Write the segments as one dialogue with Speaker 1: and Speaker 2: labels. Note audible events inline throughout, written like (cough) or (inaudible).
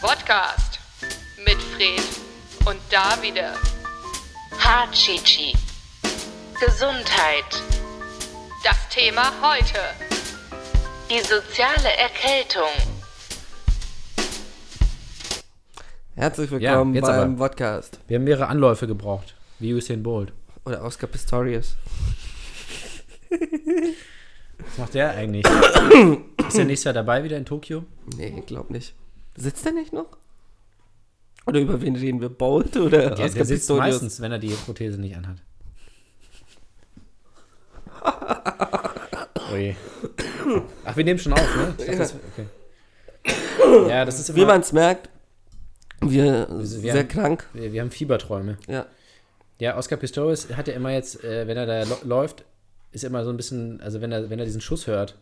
Speaker 1: Podcast mit Fred und Davide.
Speaker 2: Hachichi. Gesundheit.
Speaker 1: Das Thema heute.
Speaker 2: Die soziale Erkältung.
Speaker 3: Herzlich
Speaker 4: Ja,
Speaker 3: willkommen
Speaker 4: jetzt
Speaker 3: beim
Speaker 4: aber.
Speaker 3: Podcast.
Speaker 4: Wir haben mehrere Anläufe gebraucht, wie Usain Bolt.
Speaker 3: Oder Oscar Pistorius.
Speaker 4: Was macht der
Speaker 3: (coughs)
Speaker 4: eigentlich? ist der nächstes Jahr dabei wieder in Tokio?
Speaker 3: Nee, glaub nicht. Sitzt der nicht noch? Oder über wen reden wir? Bolt oder
Speaker 4: Der, der sitzt meistens, wenn er die Prothese nicht anhat.
Speaker 3: (laughs)
Speaker 4: Oje. Ach, wir nehmen schon auf, ne? Ich dachte, das, okay. Ja, das ist
Speaker 3: Wie
Speaker 4: immer...
Speaker 3: man es merkt, wir, sind
Speaker 4: wir
Speaker 3: sehr
Speaker 4: haben-
Speaker 3: krank.
Speaker 4: Wir, wir haben Fieberträume.
Speaker 3: Ja.
Speaker 4: Ja, Oscar Pistorius hat ja immer jetzt, äh, wenn er da lo- läuft, ist immer so ein bisschen, also wenn er, wenn er diesen Schuss hört,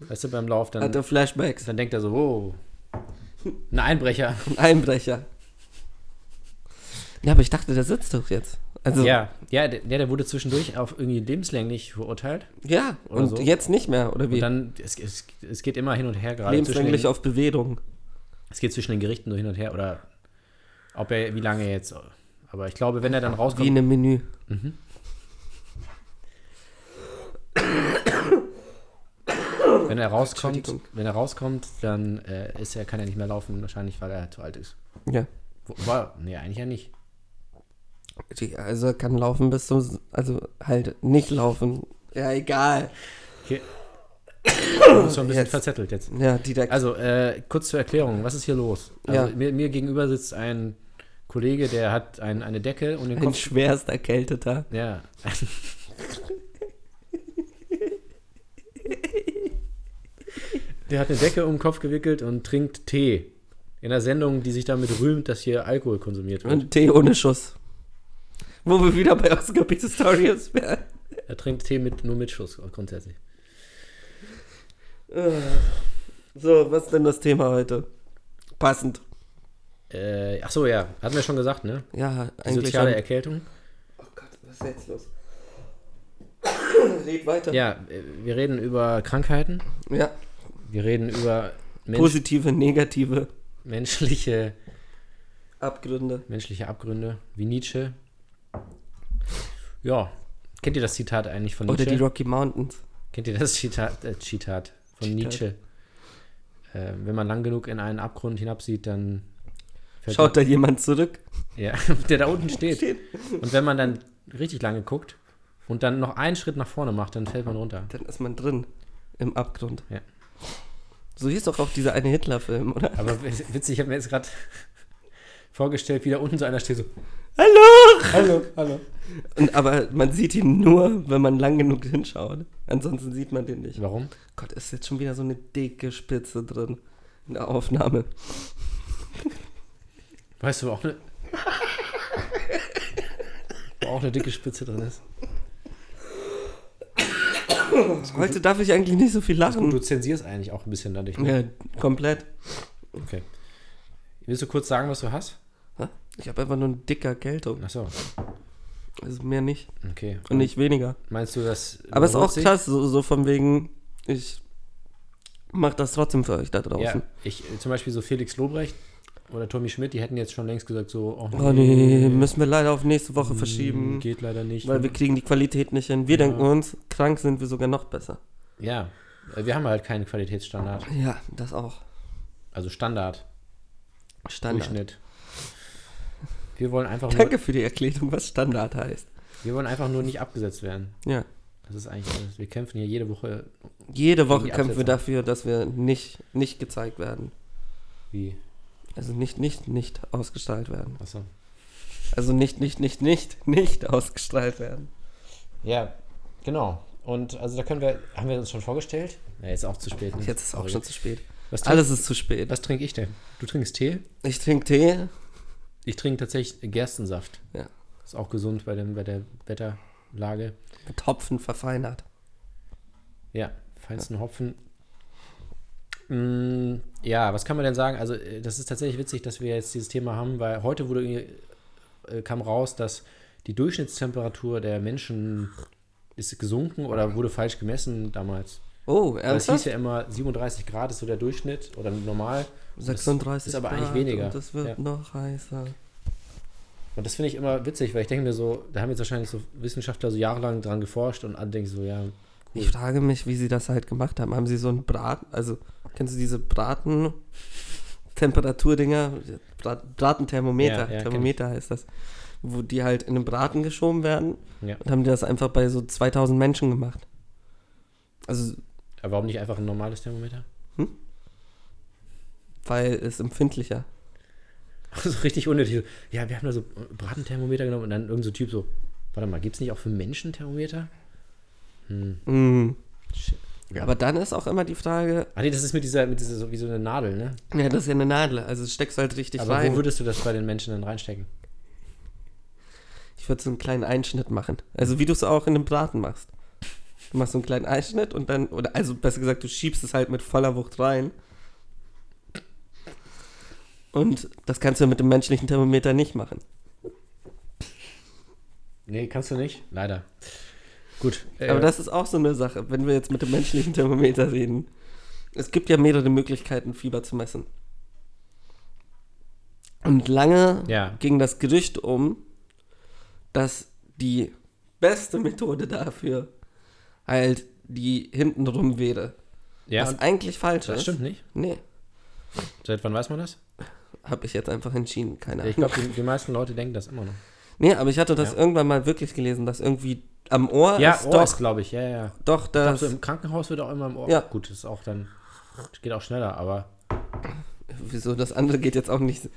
Speaker 4: weißt du, beim Lauf,
Speaker 3: Hat
Speaker 4: dann,
Speaker 3: er Flashbacks.
Speaker 4: dann denkt er so, wow, ein Einbrecher.
Speaker 3: Ein Einbrecher. Ja, aber ich dachte, der sitzt doch jetzt. Also, ja.
Speaker 4: Ja, ja der, der wurde zwischendurch auf irgendwie lebenslänglich verurteilt. Oder
Speaker 3: und
Speaker 4: so.
Speaker 3: jetzt nicht mehr, oder
Speaker 4: Und
Speaker 3: wie?
Speaker 4: dann, es, es, es geht immer hin und her gerade. zwischen den-
Speaker 3: Lebenslänglich auf Bewährung.
Speaker 4: Es geht zwischen den Gerichten so hin und her. Oder ob er, wie lange jetzt. Aber ich glaube, wenn er dann
Speaker 3: Wie
Speaker 4: rauskommt.
Speaker 3: in einem Menü.
Speaker 4: wenn er rauskommt,
Speaker 3: ne- Entschuldigung.
Speaker 4: wenn er rauskommt, dann äh, ist er, kann er nicht mehr laufen, wahrscheinlich, weil er zu alt ist.
Speaker 3: Ja.
Speaker 4: Wo, war, nee, eigentlich ja nicht.
Speaker 3: Die- Also, er kann laufen bis zum. Also, halt nicht laufen. Ja, egal.
Speaker 4: Okay. Du bist schon ein bisschen
Speaker 3: Jetzt.
Speaker 4: verzettelt jetzt.
Speaker 3: Ja, die da
Speaker 4: Also, äh, kurz zur Erklärung, was ist hier los? Also,
Speaker 3: Ja.
Speaker 4: mir, mir gegenüber sitzt ein Kollege, der hat ein, eine Decke und den
Speaker 3: Ein
Speaker 4: Kopf
Speaker 3: schwerst erkälteter.
Speaker 4: Ja. Der hat eine Decke um den Kopf gewickelt und trinkt Tee. In einer Sendung, die sich damit rühmt, dass hier Alkohol konsumiert wird.
Speaker 3: Und Tee ohne Schuss. Wo wir wieder bei Oscar Pistorius wären.
Speaker 4: Er trinkt Tee mit, nur mit Schuss grundsätzlich.
Speaker 3: Äh, So, was ist denn das Thema heute? Passend.
Speaker 4: Äh, ach so, ja. Hatten wir schon gesagt, ne?
Speaker 3: Ja,
Speaker 4: Die
Speaker 3: eigentlich.
Speaker 4: soziale
Speaker 3: schon.
Speaker 4: Erkältung.
Speaker 3: oh Gott, was ist jetzt los? (coughs) Red weiter. Ja.
Speaker 4: Ja, äh, wir reden über Krankheiten. Wir reden über Mensch,
Speaker 3: Positive, negative
Speaker 4: menschliche,
Speaker 3: Abgründe.
Speaker 4: menschliche Abgründe, wie Nietzsche. Ja. Kennt ihr das Zitat eigentlich von Nietzsche?
Speaker 3: Oder die Rocky Mountains.
Speaker 4: Kennt ihr das Zitat, äh, Zitat von
Speaker 3: Zitat.
Speaker 4: Nietzsche? Äh, wenn man lang genug in einen Abgrund hinabsieht, dann fällt
Speaker 3: Schaut da jemand zurück?
Speaker 4: man, ja, (laughs) der
Speaker 3: (laughs)
Speaker 4: da unten steht. Und wenn man dann richtig lange guckt und dann noch einen Schritt nach vorne macht, dann fällt man runter.
Speaker 3: Dann ist man drin. Im Abgrund.
Speaker 4: Ja.
Speaker 3: So hieß doch auch dieser eine Hitler-Film, oder?
Speaker 4: Aber w- witzig, ich habe mir jetzt gerade (laughs) vorgestellt, wie da unten so einer steht, so,
Speaker 3: Hallo!
Speaker 4: hallo, hallo.
Speaker 3: Und, aber man sieht ihn nur, wenn man lang genug hinschaut. Ansonsten sieht man den nicht.
Speaker 4: Warum?
Speaker 3: Gott, ist jetzt schon wieder so eine dicke Spitze drin in der Aufnahme.
Speaker 4: Weißt du, wo auch eine, wo auch eine dicke Spitze drin ist?
Speaker 3: Heute darf ich eigentlich nicht so viel
Speaker 4: Und du
Speaker 3: lachen.
Speaker 4: zensierst eigentlich auch ein bisschen dadurch. Ne?
Speaker 3: Hm. Ja, komplett.
Speaker 4: Okay. Willst du kurz sagen, was du hast?
Speaker 3: Hä? Ich habe einfach nur eine dicke Erkältung.
Speaker 4: Achso,
Speaker 3: Also mehr nicht.
Speaker 4: okay.
Speaker 3: Und nicht weniger.
Speaker 4: Meinst du, das.
Speaker 3: Aber es ist
Speaker 4: wiederholt
Speaker 3: auch
Speaker 4: sich?
Speaker 3: krass, so, so von wegen, ich mach das trotzdem für euch da
Speaker 4: Ja,
Speaker 3: draußen.
Speaker 4: ich, äh, zum Beispiel so Felix Lobrecht oder Tommy Schmidt, die hätten jetzt schon längst gesagt, so.
Speaker 3: Oh nee, müssen wir leider auf nächste Woche verschieben.
Speaker 4: Geht leider nicht.
Speaker 3: Weil wir kriegen die Qualität nicht hin. Wir denken uns, krank sind wir sogar noch besser.
Speaker 4: ja, äh, wir haben halt keinen Qualitätsstandard.
Speaker 3: Ja, das auch.
Speaker 4: Also Standard,
Speaker 3: Standard.
Speaker 4: Durchschnitt. Wir wollen, einfach nur,
Speaker 3: Danke für die Erklärung, was Standard heißt.
Speaker 4: wir wollen einfach nur nicht abgesetzt werden.
Speaker 3: Ja.
Speaker 4: Das ist eigentlich alles. Wir kämpfen hier jede Woche
Speaker 3: Jede Woche
Speaker 4: die
Speaker 3: kämpfen wir
Speaker 4: Absetzung.
Speaker 3: dafür, dass wir nicht, nicht gezeigt werden.
Speaker 4: wie.
Speaker 3: Also nicht, nicht, nicht ausgestrahlt werden.
Speaker 4: Achso.
Speaker 3: Also nicht, nicht, nicht, nicht, nicht ausgestrahlt werden.
Speaker 4: Ja, genau. Und also da können wir. Haben wir uns schon vorgestellt? Ja, jetzt auch zu spät. Ne?
Speaker 3: Jetzt ist auch
Speaker 4: Sorry.
Speaker 3: schon zu spät.
Speaker 4: Was trink,
Speaker 3: Alles ist zu spät.
Speaker 4: was trinke ich denn? Du trinkst Tee?
Speaker 3: Ich trinke Tee.
Speaker 4: Ich trinke tatsächlich Gerstensaft.
Speaker 3: Ja.
Speaker 4: Ist auch gesund bei, dem, bei der Wetterlage.
Speaker 3: Mit Hopfen verfeinert.
Speaker 4: Ja, feinsten Hopfen. Mm, ja, was kann man denn sagen? Also, äh, das ist tatsächlich witzig, dass wir jetzt dieses Thema haben, weil heute wurde irgendwie, äh, kam raus, dass die Durchschnittstemperatur der Menschen ist gesunken oder wurde falsch gemessen damals.
Speaker 3: Oh,
Speaker 4: Weil es hieß
Speaker 3: ernsthaft?
Speaker 4: ja immer, 37 Grad ist so der Durchschnitt oder normal. Und das
Speaker 3: 36
Speaker 4: Ist aber
Speaker 3: Grad
Speaker 4: eigentlich weniger.
Speaker 3: Und das wird
Speaker 4: ja.
Speaker 3: noch heißer.
Speaker 4: Und das finde ich immer witzig, weil ich denke mir so, da haben jetzt wahrscheinlich so Wissenschaftler so jahrelang dran geforscht und alle denken so, ja, cool.
Speaker 3: Ich frage mich, wie sie das halt gemacht haben. Haben sie so einen Braten, also kennst du diese Braten Temperaturdinger, Brat, Bratenthermometer,
Speaker 4: Ja, ja, kenn
Speaker 3: Thermometer heißt das, wo die halt in den Braten geschoben werden
Speaker 4: ja.
Speaker 3: und haben die das einfach bei so 2000 Menschen gemacht. Also,
Speaker 4: Aber warum nicht einfach ein normales Thermometer? (laughs)
Speaker 3: weil es empfindlicher.
Speaker 4: so Also richtig unnötig. So, Ja, wir haben da so Bratenthermometer genommen und dann irgendein so Typ so, warte mal, gibt es nicht auch für Menschen Thermometer?
Speaker 3: Mhm.
Speaker 4: Shit. Ja.
Speaker 3: Aber dann ist auch immer die Frage,
Speaker 4: Ah nee, das ist mit dieser, mit dieser so, wie so eine Nadel, ne?
Speaker 3: ja, das ist ja eine Nadel, also steckst du halt richtig
Speaker 4: Aber
Speaker 3: rein.
Speaker 4: wo würdest du das bei den Menschen dann reinstecken?
Speaker 3: Ich würde so einen kleinen Einschnitt machen. Also wie du es auch in dem Braten machst. Du machst so einen kleinen Einschnitt und dann, oder also besser gesagt, du schiebst es halt mit voller Wucht rein. Und das kannst du mit dem menschlichen Thermometer nicht machen.
Speaker 4: Nee, kannst du nicht. Leider. Gut. äh,
Speaker 3: Aber das ist auch so eine Sache, wenn wir jetzt mit dem menschlichen Thermometer reden. Es gibt ja mehrere Möglichkeiten, Fieber zu messen. Und lange
Speaker 4: Ja.
Speaker 3: ging das Gerücht um, dass die beste Methode dafür halt die hintenrum wäre.
Speaker 4: ja,
Speaker 3: was
Speaker 4: und
Speaker 3: eigentlich falsch
Speaker 4: das
Speaker 3: ist.
Speaker 4: stimmt nicht.
Speaker 3: Nee,
Speaker 4: Seit wann weiß man das?
Speaker 3: habe ich jetzt einfach entschieden, keine
Speaker 4: Ich
Speaker 3: Ahnung.
Speaker 4: glaube, die, die meisten Leute denken das immer noch.
Speaker 3: Nee, aber ich hatte das
Speaker 4: Ja.
Speaker 3: irgendwann mal wirklich gelesen, dass irgendwie am Ohr
Speaker 4: Ja,
Speaker 3: ist
Speaker 4: Ohr
Speaker 3: doch,
Speaker 4: ist, glaube ich. Ja, ja, ja.
Speaker 3: doch das,
Speaker 4: Also im Krankenhaus wird auch immer im Ohr.
Speaker 3: Ja.
Speaker 4: Gut, das ist auch dann. das Geht auch schneller, aber.
Speaker 3: Wieso? Das andere geht jetzt auch nicht.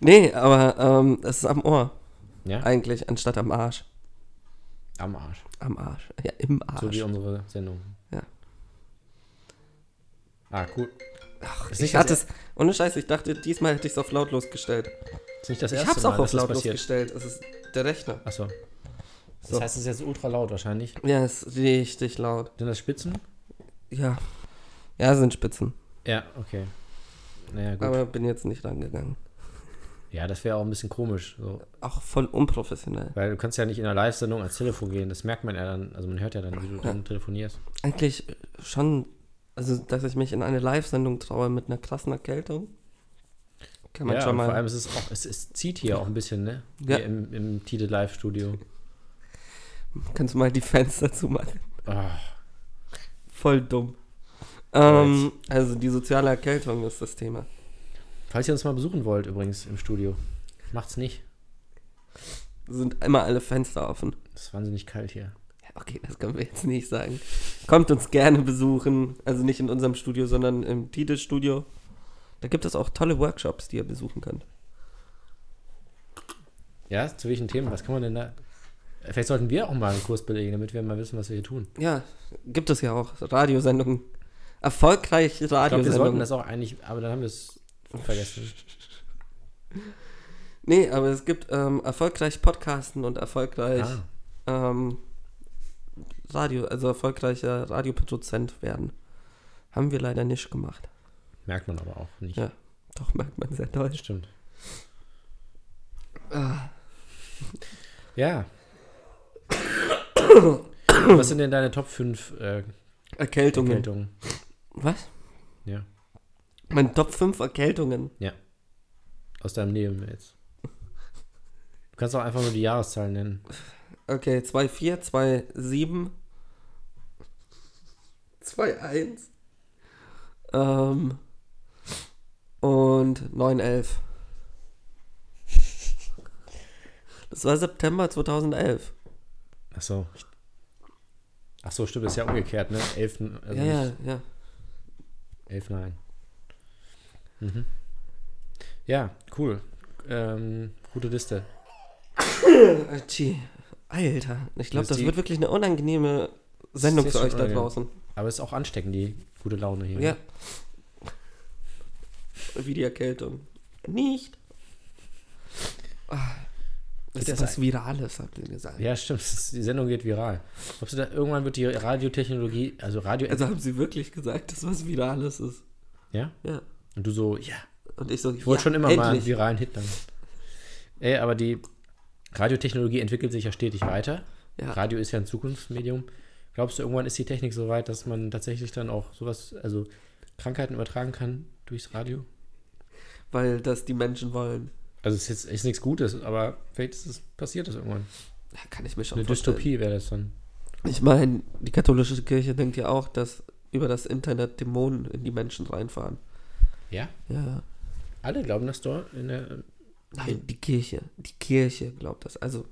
Speaker 3: Nee, aber ähm, es ist am Ohr
Speaker 4: Ja,
Speaker 3: eigentlich, anstatt am Arsch.
Speaker 4: am Arsch.
Speaker 3: Am Arsch. Ja, im Arsch.
Speaker 4: So wie unsere Sendung.
Speaker 3: Ja.
Speaker 4: Ah, cool. ist,
Speaker 3: ich
Speaker 4: nicht
Speaker 3: hatte
Speaker 4: das,
Speaker 3: es, ohne Scheiß, ich dachte, diesmal hätte ich es auf lautlos gestellt.
Speaker 4: ist nicht das
Speaker 3: Ich
Speaker 4: erste
Speaker 3: hab's
Speaker 4: Mal,
Speaker 3: auch auf
Speaker 4: dass das
Speaker 3: lautlos
Speaker 4: passiert.
Speaker 3: gestellt. Es ist der Rechner.
Speaker 4: Achso. Das
Speaker 3: So.
Speaker 4: heißt, es ist jetzt ultra laut wahrscheinlich.
Speaker 3: Ja, es ist richtig laut.
Speaker 4: Sind das Spitzen?
Speaker 3: Ja. Ja, sind Spitzen.
Speaker 4: Ja, okay. Naja, gut.
Speaker 3: Aber bin jetzt nicht rangegangen.
Speaker 4: ja, das wäre auch ein bisschen komisch. So.
Speaker 3: Auch voll unprofessionell.
Speaker 4: Weil du kannst ja nicht in einer Live-Sendung ans Telefon gehen. Das merkt man ja dann. Also man hört ja dann, wie du dann telefonierst.
Speaker 3: Eigentlich schon, also dass ich mich in eine Live-Sendung traue mit einer krassen Erkältung. Kann man
Speaker 4: ja,
Speaker 3: schon
Speaker 4: und
Speaker 3: mal.
Speaker 4: vor allem ist es auch, es, es zieht hier auch ein bisschen, ne?
Speaker 3: Ja.
Speaker 4: Hier im, im Tide Live-Studio.
Speaker 3: Kannst du mal die (laughs) Fenster zumachen?
Speaker 4: Ah,
Speaker 3: Voll dumm. Ähm, also die soziale Erkältung ist das Thema.
Speaker 4: Falls ihr uns mal besuchen wollt, übrigens im Studio, macht's nicht.
Speaker 3: Sind immer alle Fenster offen.
Speaker 4: Es ist wahnsinnig kalt hier.
Speaker 3: Ja, okay, das können wir jetzt nicht sagen. Kommt uns gerne besuchen. Also nicht in unserem Studio, sondern im Tide-Studio. Da gibt es auch tolle Workshops, die ihr besuchen könnt.
Speaker 4: Ja, zu welchen Themen? Was kann man denn da? Vielleicht sollten wir auch mal einen Kurs belegen, damit wir mal wissen, was wir hier tun.
Speaker 3: Ja, gibt es ja auch. Radiosendungen. Erfolgreiche
Speaker 4: Ich glaube, wir sollten
Speaker 3: Radiosendungen.
Speaker 4: das auch eigentlich, aber dann haben wir es vergessen.
Speaker 3: nee, aber es gibt ähm, erfolgreich Podcasten und erfolgreich
Speaker 4: Ah.
Speaker 3: ähm, Radio, also erfolgreicher Radioproduzent werden. Haben wir leider nicht gemacht.
Speaker 4: Merkt man aber auch nicht.
Speaker 3: Ja, doch merkt man sehr deutsch.
Speaker 4: Stimmt.
Speaker 3: Ah.
Speaker 4: Ja. was sind denn deine Top 5 äh,
Speaker 3: Erkältungen.
Speaker 4: Geltungen?
Speaker 3: Was?
Speaker 4: Ja.
Speaker 3: Meine Top 5 Erkältungen.
Speaker 4: Ja. Aus deinem Leben jetzt. Du kannst auch einfach nur die Jahreszahlen nennen.
Speaker 3: Okay, 2-4, 2-7, 2-1 ähm, und 9-11. Das war September 2011.
Speaker 4: Ach so. Ach so, stimmt, ist ja umgekehrt, ne? 11. Also
Speaker 3: ja, ja,
Speaker 4: nicht
Speaker 3: ja.
Speaker 4: 11, nein. Mhm. Ja, cool. Ähm, gute Liste.
Speaker 3: Äh, Tschi, Alter, ich glaube,
Speaker 4: Das ist
Speaker 3: das
Speaker 4: die- Ah,
Speaker 3: wird wirklich eine unangenehme Sendung
Speaker 4: Das
Speaker 3: für
Speaker 4: ist
Speaker 3: euch
Speaker 4: schon
Speaker 3: da
Speaker 4: unangenehm.
Speaker 3: draußen.
Speaker 4: Aber ist auch ansteckend, die gute Laune hier.
Speaker 3: Ja. Wie die Erkältung. Nicht. Ah, Das
Speaker 4: Geht
Speaker 3: ist
Speaker 4: das
Speaker 3: was Virales, habt ihr gesagt.
Speaker 4: Ja, stimmt. es ist- Die Sendung geht viral. Glaubst du, da, irgendwann wird die Radiotechnologie, also Radio.
Speaker 3: Also haben sie wirklich gesagt, dass was Virales ist.
Speaker 4: ja?
Speaker 3: Ja.
Speaker 4: Und du so, ja.
Speaker 3: Und ich so,
Speaker 4: Ich wollte schon immer mal einen
Speaker 3: endlich.
Speaker 4: viralen Hit machen. Ey, aber die Radiotechnologie entwickelt sich ja stetig weiter.
Speaker 3: Ja.
Speaker 4: Radio ist ja ein Zukunftsmedium. Glaubst du, irgendwann ist die Technik so weit, dass man tatsächlich dann auch sowas, also Krankheiten übertragen kann durchs Radio?
Speaker 3: weil das die Menschen wollen.
Speaker 4: Also es ist jetzt ist nichts Gutes, aber vielleicht ist es, passiert das irgendwann.
Speaker 3: Ja, kann ich mir schon
Speaker 4: Eine
Speaker 3: vorstellen.
Speaker 4: Dystopie wäre das dann.
Speaker 3: Ich meine, die katholische Kirche denkt ja auch, dass über das Internet Dämonen in die Menschen reinfahren.
Speaker 4: Ja?
Speaker 3: Ja.
Speaker 4: Alle glauben das dort. In der,
Speaker 3: Nein, die Kirche. Die Kirche glaubt das. Also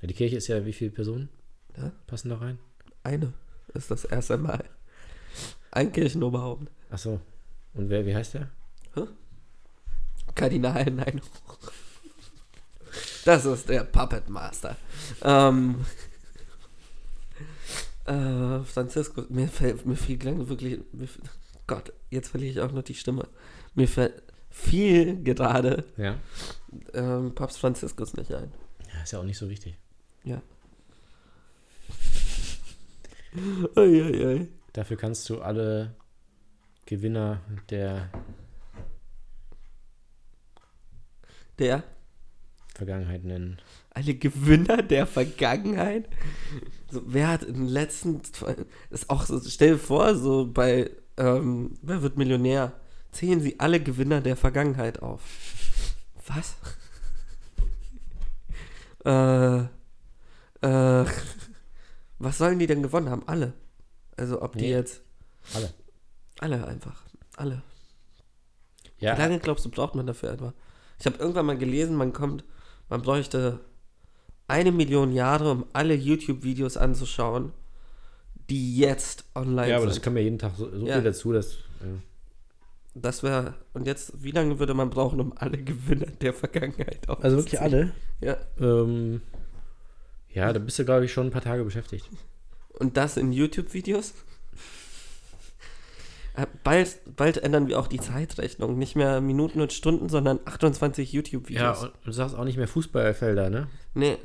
Speaker 4: Ja, die Kirche ist ja, wie viele Personen
Speaker 3: Ja.
Speaker 4: passen da rein?
Speaker 3: eine ist das erste Mal. Ein Kirchenoberhaupt.
Speaker 4: Ach so. Und wer, wie heißt der?
Speaker 3: Kardinal, nein. Das ist der Puppet Master. Ähm, äh, Francisco, mir fällt, mir fiel lang wirklich, mir, f- Gott, jetzt verliere ich auch noch die Stimme. Mir fällt viel gerade
Speaker 4: Ja.
Speaker 3: ähm, Papst Franziskus nicht ein.
Speaker 4: ja. Ist ja auch nicht so wichtig.
Speaker 3: Ja. Eieiei.
Speaker 4: Dafür kannst du alle Gewinner der
Speaker 3: Der,
Speaker 4: Vergangenheit nennen.
Speaker 3: alle Gewinner der Vergangenheit. So, wer hat in den letzten, zwei- ist auch so, stell dir vor, so bei, ähm, wer wird Millionär? Zählen sie alle Gewinner der Vergangenheit auf. Was? äh, äh, was sollen die denn gewonnen haben? Alle. Also ob die
Speaker 4: Nee.
Speaker 3: jetzt,
Speaker 4: Alle.
Speaker 3: alle einfach, alle.
Speaker 4: Ja,
Speaker 3: Wie lange glaubst du, braucht man dafür etwa? Ich habe irgendwann mal gelesen, man kommt, man bräuchte eine Million Jahre, um alle YouTube-Videos anzuschauen, die jetzt online
Speaker 4: ja aber das
Speaker 3: sind.
Speaker 4: kommt ja jeden Tag so, so
Speaker 3: Ja.
Speaker 4: viel dazu, dass. äh, Ja.
Speaker 3: Das wäre. Und jetzt, wie lange würde man brauchen, um alle Gewinner der Vergangenheit aufzuziehen?
Speaker 4: Also wirklich alle.
Speaker 3: Ja.
Speaker 4: Ähm, ja, da bist du, glaube ich, schon ein paar Tage beschäftigt.
Speaker 3: Und das in YouTube-Videos? Äh, Bald, bald ändern wir auch die Zeitrechnung. Nicht mehr Minuten und Stunden, sondern 28
Speaker 4: Ja,
Speaker 3: YouTube-Videos.
Speaker 4: und du sagst auch nicht mehr Fußballfelder, ne?
Speaker 3: nee,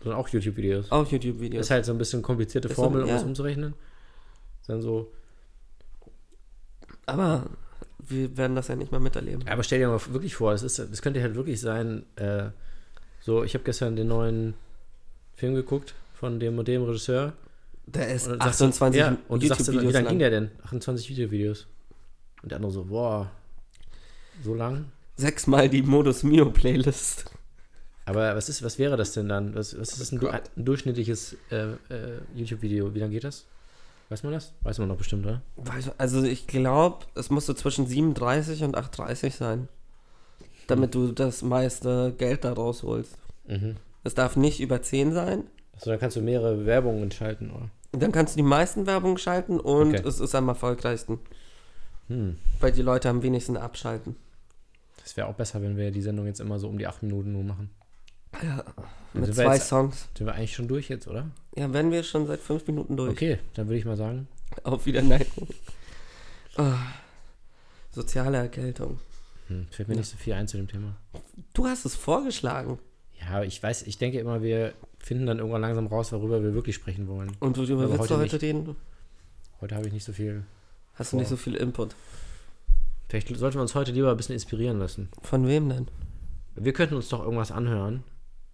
Speaker 4: Sondern auch YouTube-Videos.
Speaker 3: auch YouTube-Videos.
Speaker 4: Ist halt so ein bisschen komplizierte
Speaker 3: Ist so-
Speaker 4: Formel, um
Speaker 3: ja.
Speaker 4: das umzurechnen. Ist Dann so.
Speaker 3: Aber wir werden das ja nicht mehr miterleben.
Speaker 4: Aber stell dir mal wirklich vor, es, ist, es könnte halt wirklich sein, äh, so, ich habe gestern den neuen Film geguckt von dem und dem Regisseur.
Speaker 3: Der ist
Speaker 4: Und dann sagst du-
Speaker 3: 28
Speaker 4: ja, und du sagst, dann, wie
Speaker 3: YouTube-Videos
Speaker 4: lang
Speaker 3: lang.
Speaker 4: ging der denn? 28 Videovideos. Und der andere so, boah, so lang?
Speaker 3: Sechsmal die Modus Mio Playlist.
Speaker 4: Aber was ist, was wäre das denn dann? Was, was ist ein,
Speaker 3: Oh
Speaker 4: du- ein durchschnittliches äh, äh, YouTube-Video? Wie lange geht das? Weiß man das? Weiß man noch bestimmt, oder?
Speaker 3: Weiß- Also ich glaube, es musste zwischen 37 und 8,30 sein. Damit du das meiste Geld da rausholst.
Speaker 4: Mhm.
Speaker 3: Es darf nicht über 10 sein.
Speaker 4: Achso, Also dann kannst du mehrere Werbungen entscheiden, oder?
Speaker 3: Und Dann kannst du die meisten Werbung schalten und
Speaker 4: Okay.
Speaker 3: es ist am erfolgreichsten.
Speaker 4: Hm.
Speaker 3: Weil die Leute am wenigsten abschalten.
Speaker 4: Das wäre auch besser, wenn wir die Sendung jetzt immer so um die 8 Minuten nur machen.
Speaker 3: Mit
Speaker 4: sind wir
Speaker 3: zwei
Speaker 4: Also jetzt-
Speaker 3: Songs.
Speaker 4: Sind wir eigentlich schon durch jetzt, oder?
Speaker 3: Ja, wären wir schon seit fünf Minuten durch.
Speaker 4: Okay, dann würde ich mal sagen.
Speaker 3: Auf wieder nein. Ah. Soziale Erkältung.
Speaker 4: Hm, fällt mir nicht so viel ein zu dem Thema.
Speaker 3: Du hast es vorgeschlagen.
Speaker 4: Ja, ich weiß, ich denke immer, wir finden dann irgendwann langsam raus, worüber wir wirklich sprechen wollen.
Speaker 3: Und worüber
Speaker 4: Aber
Speaker 3: willst du
Speaker 4: heute
Speaker 3: heute reden?
Speaker 4: Heute habe ich nicht so viel.
Speaker 3: Hast du nicht so
Speaker 4: Boah.
Speaker 3: viel Input.
Speaker 4: Vielleicht sollten wir uns heute lieber ein bisschen inspirieren lassen.
Speaker 3: Von wem denn?
Speaker 4: Wir könnten uns doch irgendwas anhören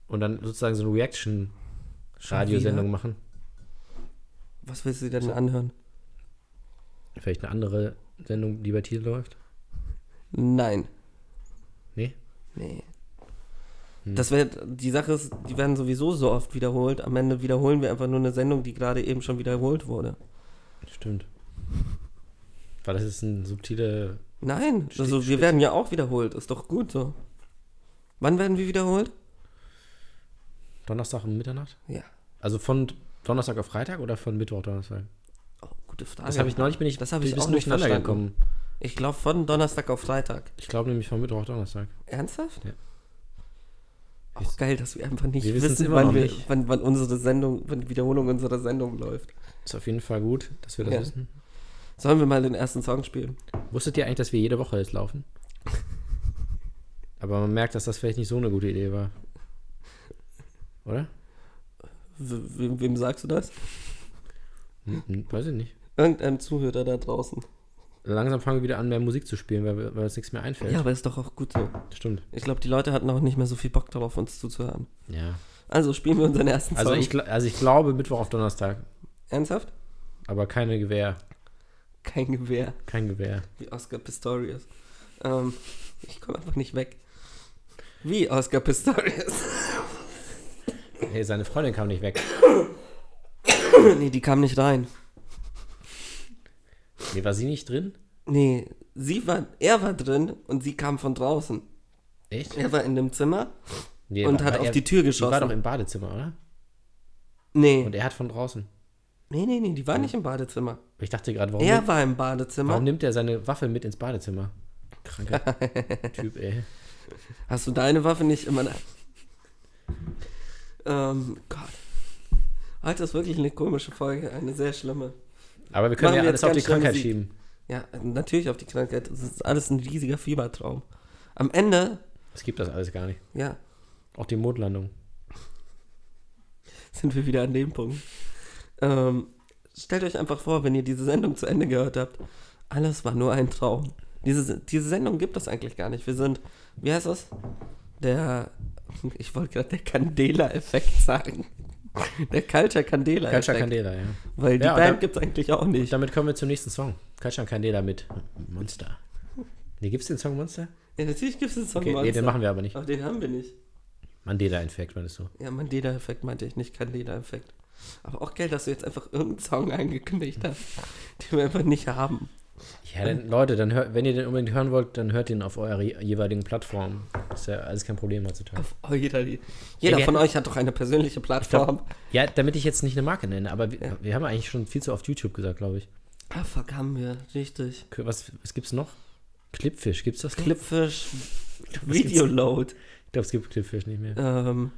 Speaker 4: und dann sozusagen so eine
Speaker 3: Schon
Speaker 4: Reaction-Radiosendung
Speaker 3: wieder?
Speaker 4: machen.
Speaker 3: Was willst du dir denn anhören?
Speaker 4: Vielleicht eine andere Sendung, die bei Thiel läuft.
Speaker 3: Nein.
Speaker 4: Nee?
Speaker 3: Nee.
Speaker 4: Hm.
Speaker 3: Das wär, die Sache ist, die werden sowieso so oft wiederholt. Am Ende wiederholen wir einfach nur eine Sendung, die gerade eben schon wiederholt wurde.
Speaker 4: Stimmt. Weil das ist ein subtile.
Speaker 3: Nein, also wir werden ja auch wiederholt. Ist doch gut so. Wann werden wir wiederholt?
Speaker 4: Donnerstag um Mitternacht?
Speaker 3: Ja.
Speaker 4: Also von Donnerstag auf Freitag oder von Mittwoch auf Donnerstag?
Speaker 3: Oh, gute Frage.
Speaker 4: Das habe ich neulich bin ich,
Speaker 3: Das habe
Speaker 4: bin
Speaker 3: ich
Speaker 4: ein bisschen
Speaker 3: auch nicht
Speaker 4: durcheinander
Speaker 3: verstanden.
Speaker 4: gekommen.
Speaker 3: Ich glaube von Donnerstag auf Freitag.
Speaker 4: Ich glaube nämlich von Mittwoch auf Donnerstag.
Speaker 3: Ernsthaft?
Speaker 4: Ja.
Speaker 3: Auch geil, dass wir einfach nicht
Speaker 4: Wir wissen's
Speaker 3: wissen,
Speaker 4: immer
Speaker 3: wann,
Speaker 4: noch
Speaker 3: wir,
Speaker 4: nicht.
Speaker 3: Wann, wann unsere Sendung, wann die Wiederholung unserer Sendung läuft.
Speaker 4: Ist auf jeden Fall gut, dass wir das
Speaker 3: Ja.
Speaker 4: wissen.
Speaker 3: Sollen wir mal den ersten Song spielen?
Speaker 4: Wusstet ihr eigentlich, dass wir jede Woche jetzt laufen? Aber man merkt, dass das vielleicht nicht so eine gute Idee war. Oder?
Speaker 3: W wem, wem sagst du das?
Speaker 4: Hm, hm, weiß ich nicht.
Speaker 3: Irgendeinem Zuhörer da draußen.
Speaker 4: Langsam fangen wir wieder an, mehr Musik zu spielen, weil, wir- weil uns nichts mehr einfällt.
Speaker 3: Ja, aber ist doch auch gut so.
Speaker 4: Stimmt.
Speaker 3: Ich glaube, die Leute hatten auch nicht mehr so viel Bock darauf, uns zuzuhören.
Speaker 4: Ja.
Speaker 3: Also spielen wir unseren ersten
Speaker 4: Also
Speaker 3: Song.
Speaker 4: ich, gl- also ich glaube Mittwoch auf Donnerstag.
Speaker 3: Ernsthaft?
Speaker 4: aber keine Gewehr.
Speaker 3: Kein Gewehr,
Speaker 4: Kein Gewehr.
Speaker 3: wie Oscar Pistorius. Ähm, ich komme einfach nicht weg. Wie Oscar Pistorius. (laughs)
Speaker 4: Hey, seine Freundin kam nicht weg.
Speaker 3: nee, die kam nicht rein.
Speaker 4: Nee, war sie nicht drin?
Speaker 3: Nee, sie war, er war drin und sie kam von draußen.
Speaker 4: Echt?
Speaker 3: Er war in dem Zimmer.
Speaker 4: Nee,
Speaker 3: Und
Speaker 4: war-
Speaker 3: hat
Speaker 4: war
Speaker 3: auf die Tür
Speaker 4: Die war
Speaker 3: geschossen.
Speaker 4: doch im Badezimmer, oder?
Speaker 3: Nee,
Speaker 4: Und er hat von draußen.
Speaker 3: nee, nee, nee, die war nicht im Badezimmer.
Speaker 4: Ich dachte gerade, warum,
Speaker 3: Er
Speaker 4: nimmt,
Speaker 3: war im Badezimmer.
Speaker 4: warum nimmt er seine Waffe mit ins Badezimmer?
Speaker 3: (laughs)
Speaker 4: Kranker Typ, ey.
Speaker 3: Hast du deine Waffe nicht immer da? Ähm, Gott. Heute ist wirklich eine komische Folge, eine sehr schlimme.
Speaker 4: Aber wir können
Speaker 3: Machen
Speaker 4: ja
Speaker 3: wir
Speaker 4: alles
Speaker 3: jetzt
Speaker 4: auf die
Speaker 3: ganz schnell
Speaker 4: Krankheit
Speaker 3: Musik.
Speaker 4: schieben.
Speaker 3: Ja, natürlich auf die Krankheit. Es ist alles ein riesiger Fiebertraum. Am Ende,
Speaker 4: Es gibt das alles gar nicht.
Speaker 3: ja,
Speaker 4: Auch die Mondlandung.
Speaker 3: sind wir wieder an dem Punkt. Ähm, stellt euch einfach vor, wenn ihr diese Sendung zu Ende gehört habt, alles war nur ein Traum. Diese, diese Sendung gibt es eigentlich gar nicht. Wir sind, wie heißt das? Der, ich wollte gerade der Candela-Effekt sagen. Der Culture Candela-Effekt.
Speaker 4: Kalcha Candela, ja.
Speaker 3: Weil die
Speaker 4: Ja, und
Speaker 3: Band
Speaker 4: da-
Speaker 3: gibt es eigentlich auch nicht.
Speaker 4: Damit kommen wir zum nächsten Song. Kalcha Candela mit Monster. Nee, gibt's den Song Monster?
Speaker 3: Ja, natürlich gibt es den Song
Speaker 4: Okay, nee, den machen wir aber nicht.
Speaker 3: Aber den haben wir nicht.
Speaker 4: Mandela-Infekt, meinst du?
Speaker 3: Ja, Mandela-Effekt meinte ich, nicht Candela-Effekt. Aber auch geil, dass du jetzt einfach irgendeinen Song angekündigt hast, den wir einfach nicht haben.
Speaker 4: Ja, dann, Leute, dann hört, wenn ihr den unbedingt hören wollt, dann hört ihn auf eurer je- jeweiligen Plattform. Ist ja alles kein Problem heutzutage.
Speaker 3: Auf eu- jeder jeder
Speaker 4: wir
Speaker 3: von
Speaker 4: hatten-
Speaker 3: euch hat doch eine persönliche Plattform.
Speaker 4: Glaub, ja, damit ich jetzt nicht eine Marke nenne, aber wir, wir haben eigentlich schon viel zu oft YouTube gesagt, glaube ich.
Speaker 3: ah, fuck, haben wir, richtig.
Speaker 4: K- Was, was gibt's noch? Clipfish, gibt's das? noch?
Speaker 3: Clipfish,
Speaker 4: Was gibt's?
Speaker 3: Videoload,
Speaker 4: Ich glaube, es gibt Clipfish nicht mehr.
Speaker 3: ähm,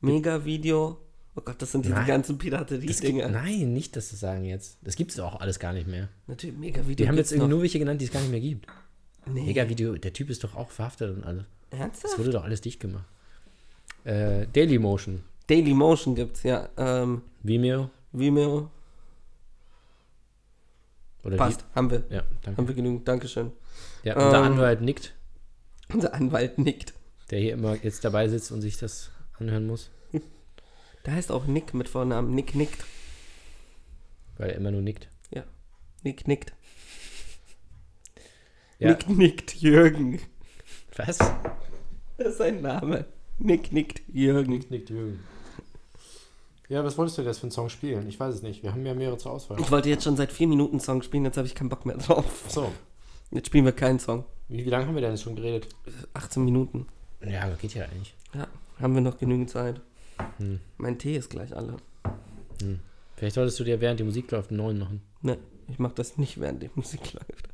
Speaker 3: Mega-Video. Oh Gott, das sind diese
Speaker 4: Nein.
Speaker 3: ganzen
Speaker 4: Das gibt,
Speaker 3: Piraterie-Dinger.
Speaker 4: nein, nicht das zu sagen jetzt. Das gibt's auch alles gar nicht mehr.
Speaker 3: Natürlich, Mega-Video
Speaker 4: Wir haben
Speaker 3: gibt's
Speaker 4: jetzt
Speaker 3: Mhm.
Speaker 4: irgendwie nur welche genannt, die es gar nicht mehr gibt.
Speaker 3: noch. Nee,
Speaker 4: Mega Video, der Typ ist doch auch verhaftet und alles. Es
Speaker 3: ernsthaft?
Speaker 4: wurde doch alles dicht gemacht. Äh, Daily Motion,
Speaker 3: Daily Motion gibt's, ja. Ähm,
Speaker 4: Vimeo
Speaker 3: Vimeo,
Speaker 4: oder
Speaker 3: passt, haben wir.
Speaker 4: Vi- Ja, danke.
Speaker 3: Haben wir genügend, Dankeschön.
Speaker 4: Ja, unser
Speaker 3: Ähm,
Speaker 4: Anwalt nickt,
Speaker 3: Unser Anwalt nickt.
Speaker 4: der hier immer jetzt dabei sitzt und sich das anhören muss,
Speaker 3: Der heißt auch Nick mit Vornamen. Nick nickt.
Speaker 4: weil er immer nur nickt.
Speaker 3: Ja. Nick nickt.
Speaker 4: Ja.
Speaker 3: Nick nickt Jürgen.
Speaker 4: Was?
Speaker 3: Das ist sein Name. Nick nickt Jürgen.
Speaker 4: Nickt Jürgen. Ja, was wolltest du jetzt für einen Song spielen? Ich weiß es nicht. Wir haben ja mehrere zur Auswahl.
Speaker 3: Ich wollte jetzt schon seit vier Minuten einen Song spielen, jetzt habe ich keinen Bock mehr drauf.
Speaker 4: So,
Speaker 3: Jetzt spielen wir keinen Song.
Speaker 4: wie, wie lange haben wir denn jetzt schon geredet?
Speaker 3: 18 Minuten.
Speaker 4: Ja, geht ja eigentlich.
Speaker 3: Ja, haben wir noch genügend Zeit. Mein Tee ist gleich alle.
Speaker 4: Vielleicht solltest du dir während die Musik läuft einen neuen machen.
Speaker 3: Ne, ich mache das nicht, während die Musik (laughs) läuft.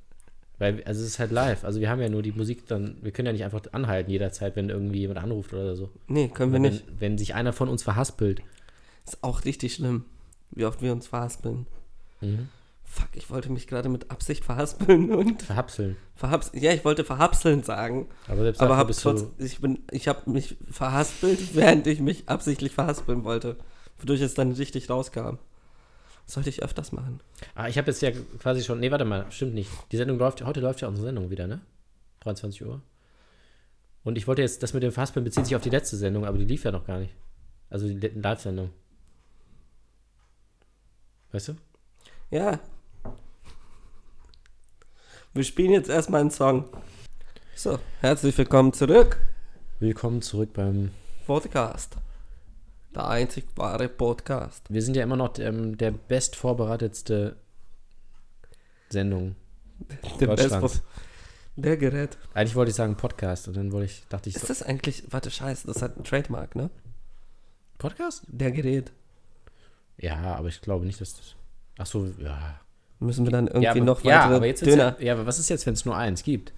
Speaker 4: Weil, also es ist halt live. Also wir haben ja nur die Musik dann, wir können ja nicht einfach anhalten jederzeit, wenn irgendwie jemand anruft oder so.
Speaker 3: Nee, können wir nicht.
Speaker 4: Wenn, wenn sich einer von uns verhaspelt.
Speaker 3: Ist auch richtig schlimm, wie oft wir uns verhaspeln. Fuck, ich wollte mich gerade mit Absicht verhaspeln und
Speaker 4: Verhapseln.
Speaker 3: Verhaps ja, ich wollte verhapseln sagen,
Speaker 4: Aber selbst
Speaker 3: aber
Speaker 4: dafür
Speaker 3: hab
Speaker 4: bist
Speaker 3: trotz,
Speaker 4: du.
Speaker 3: ich bin, ich habe mich verhaspelt, (laughs) während ich mich absichtlich verhaspeln wollte, wodurch es dann richtig rauskam. Das sollte ich öfters machen.
Speaker 4: Ah, ich habe jetzt ja quasi schon. Nee, warte mal, stimmt nicht. Die Sendung läuft, heute läuft ja unsere Sendung wieder, ne? 23 Uhr. Und ich wollte jetzt, das mit dem Verhaspeln bezieht sich auf die letzte Sendung, aber die lief ja noch gar nicht. Also die Le- Live-Sendung. Weißt du?
Speaker 3: Ja. Wir spielen jetzt erstmal einen Song. So, herzlich willkommen zurück.
Speaker 4: Willkommen zurück beim.
Speaker 3: Podcast. Der einzig wahre Podcast.
Speaker 4: Wir sind ja immer noch ähm, der bestvorbereitetste Sendung.
Speaker 3: Der
Speaker 4: Deutschlands.
Speaker 3: beste. Der Gerät.
Speaker 4: Eigentlich wollte ich sagen Podcast und dann wollte ich, dachte ich,
Speaker 3: Ist das eigentlich, warte, scheiße, das hat ein Trademark, ne?
Speaker 4: Podcast?
Speaker 3: Der Gerät.
Speaker 4: Ja, aber ich glaube nicht, dass das. Ach so, ja.
Speaker 3: Müssen wir dann irgendwie
Speaker 4: ja, aber,
Speaker 3: noch
Speaker 4: ja,
Speaker 3: weitere
Speaker 4: aber jetzt wird's
Speaker 3: Döner.
Speaker 4: Ja, ja, aber was ist jetzt, wenn es nur eins gibt?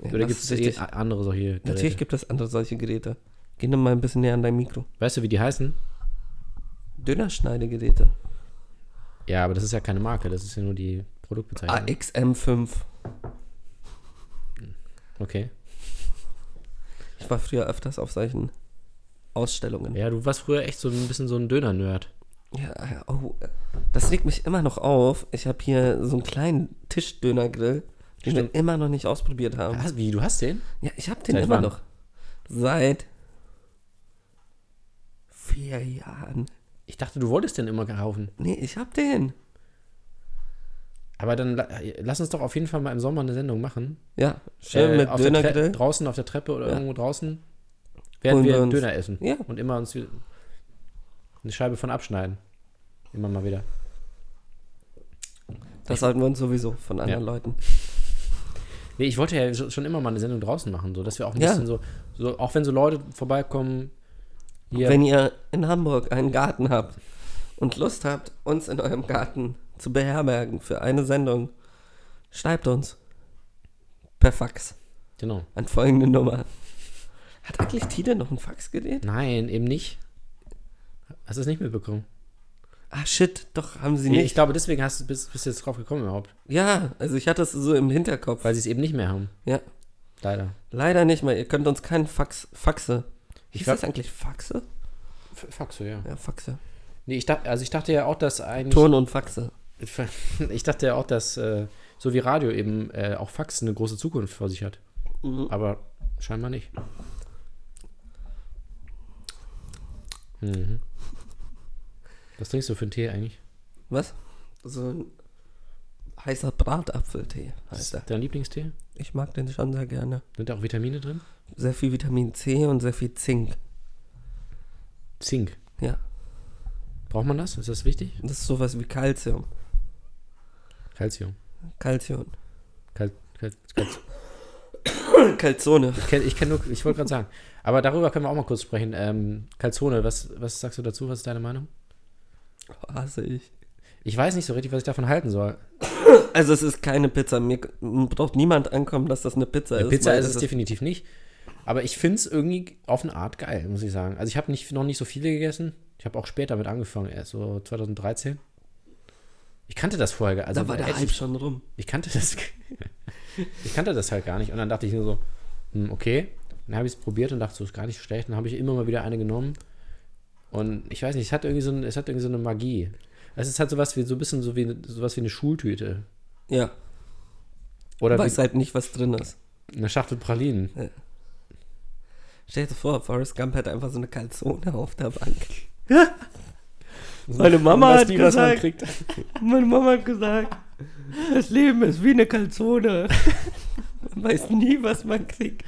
Speaker 3: Ja,
Speaker 4: Oder
Speaker 3: das
Speaker 4: gibt es
Speaker 3: ist
Speaker 4: eh
Speaker 3: richtig.
Speaker 4: a- andere solche Geräte?
Speaker 3: Natürlich gibt es andere solche Geräte. Geh noch mal ein bisschen näher an dein Mikro.
Speaker 4: Weißt du, wie die heißen?
Speaker 3: Dönerschneidegeräte.
Speaker 4: Ja, aber das ist ja keine Marke, das ist ja nur die
Speaker 3: Ah,
Speaker 4: Produktbezeichnung.
Speaker 3: AXM5.
Speaker 4: Okay.
Speaker 3: Ich war früher öfters auf solchen Ausstellungen.
Speaker 4: Ja, du warst früher echt so ein bisschen so ein Döner-Nerd.
Speaker 3: Ja, ja, oh, das regt mich immer noch auf. Ich habe hier so einen kleinen Tischdönergrill, den wir
Speaker 4: Stimmt.
Speaker 3: immer noch nicht ausprobiert haben.
Speaker 4: Was, wie, du hast den?
Speaker 3: Ja, ich habe den
Speaker 4: Seit
Speaker 3: immer
Speaker 4: wann?
Speaker 3: noch. Seit vier Jahren.
Speaker 4: Ich dachte, du wolltest den immer kaufen.
Speaker 3: Nee, ich hab den.
Speaker 4: Aber dann la- lass uns doch auf jeden Fall mal im Sommer eine Sendung machen. Äh,
Speaker 3: Ja, schön mit
Speaker 4: auf der Tre-
Speaker 3: Dönergrill.
Speaker 4: Draußen auf der Treppe oder
Speaker 3: Ja.
Speaker 4: irgendwo draußen werden
Speaker 3: Holen
Speaker 4: wir
Speaker 3: wir
Speaker 4: einen
Speaker 3: uns-
Speaker 4: Döner essen.
Speaker 3: Ja.
Speaker 4: Und immer uns wieder eine Scheibe von abschneiden. Immer mal wieder.
Speaker 3: Das sollten wir uns sowieso von anderen Leuten.
Speaker 4: Nee, ich wollte ja so- schon immer mal eine Sendung draußen machen, so dass wir auch ein
Speaker 3: Ja.
Speaker 4: bisschen so, so, auch wenn so Leute vorbeikommen, hier
Speaker 3: Wenn ihr in Hamburg einen Garten habt und Lust habt, uns in eurem Garten zu beherbergen für eine Sendung, schreibt uns per Fax
Speaker 4: genau.
Speaker 3: an folgende Nummer. Hat eigentlich Tide noch einen Fax gedreht?
Speaker 4: Nein, eben nicht. Hast du es nicht mitbekommen?
Speaker 3: Ah, shit, doch, haben sie
Speaker 4: Nee, ich
Speaker 3: nicht.
Speaker 4: glaube, deswegen hast du bist, bist du jetzt drauf gekommen überhaupt,
Speaker 3: Ja, also ich hatte es so im Hinterkopf.
Speaker 4: weil sie es eben nicht mehr haben.
Speaker 3: ja,
Speaker 4: Leider.
Speaker 3: leider nicht mehr. Ihr könnt uns keinen Fax, Faxe. Hieß
Speaker 4: glaub-
Speaker 3: das eigentlich Faxe?
Speaker 4: Fuck so, ja.
Speaker 3: Ja, Faxe.
Speaker 4: Nee, ich dachte, also ich dachte ja auch, dass eigentlich
Speaker 3: Ton und Faxe.
Speaker 4: (laughs) Ich dachte ja auch, dass äh, so wie Radio eben äh, auch Fax eine große Zukunft vor sich hat. Aber scheinbar nicht. Mhm. Was trinkst du für einen Tee eigentlich?
Speaker 3: Was? So ein heißer Bratapfeltee heißt er.
Speaker 4: Dein Lieblingstee?
Speaker 3: Ich mag den schon sehr gerne.
Speaker 4: Sind da auch Vitamine drin?
Speaker 3: Sehr viel Vitamin C und sehr viel Zink.
Speaker 4: Zink.
Speaker 3: Ja,
Speaker 4: Braucht man das? Ist das wichtig?
Speaker 3: das ist sowas wie Calcium.
Speaker 4: Calcium.
Speaker 3: Calcium.
Speaker 4: Cal Cal Cal
Speaker 3: (laughs) Calzone.
Speaker 4: ich kenn- ich kenn nur, ich wollte gerade sagen. Aber darüber können wir auch mal kurz sprechen. Ähm, Calzone, was, was sagst du dazu? Was ist deine Meinung?
Speaker 3: Hasse ich.
Speaker 4: Ich weiß nicht so richtig, was ich davon halten soll.
Speaker 3: Also es ist keine Pizza. Mir k- braucht niemand ankommen, dass das eine Pizza ist.
Speaker 4: Pizza
Speaker 3: weil
Speaker 4: ist
Speaker 3: das
Speaker 4: es definitiv nicht. Aber ich finde es irgendwie auf eine Art geil, muss ich sagen. Also ich habe nicht, noch nicht so viele gegessen. Ich habe auch später damit angefangen, erst so 2013. Ich kannte das vorher. gar- Also
Speaker 3: Da war der
Speaker 4: ehrlich,
Speaker 3: Hype schon rum.
Speaker 4: Ich kannte das. (laughs) ich kannte das halt gar nicht. Und dann dachte ich nur so, hm, okay. Dann habe ich es probiert und dachte, so ist gar nicht schlecht. Dann habe ich immer mal wieder eine genommen. Und ich weiß nicht, es hat irgendwie so, ein, es hat irgendwie so eine Magie. Es ist halt sowas wie so ein bisschen so wie sowas wie eine Schultüte.
Speaker 3: Ja,
Speaker 4: Oder
Speaker 3: weiß
Speaker 4: wie
Speaker 3: halt nicht, was drin ist.
Speaker 4: eine Schachtel Pralinen.
Speaker 3: Stell dir vor, Forrest Gump hat einfach so eine Calzone auf der Bank.
Speaker 4: (laughs)
Speaker 3: Meine Mama
Speaker 4: Weiß
Speaker 3: hat
Speaker 4: nie, was man
Speaker 3: gesagt,
Speaker 4: kriegt.
Speaker 3: Meine Mama hat gesagt, das Leben ist wie eine
Speaker 4: (laughs)
Speaker 3: Calzone. Man weiß nie, was man kriegt.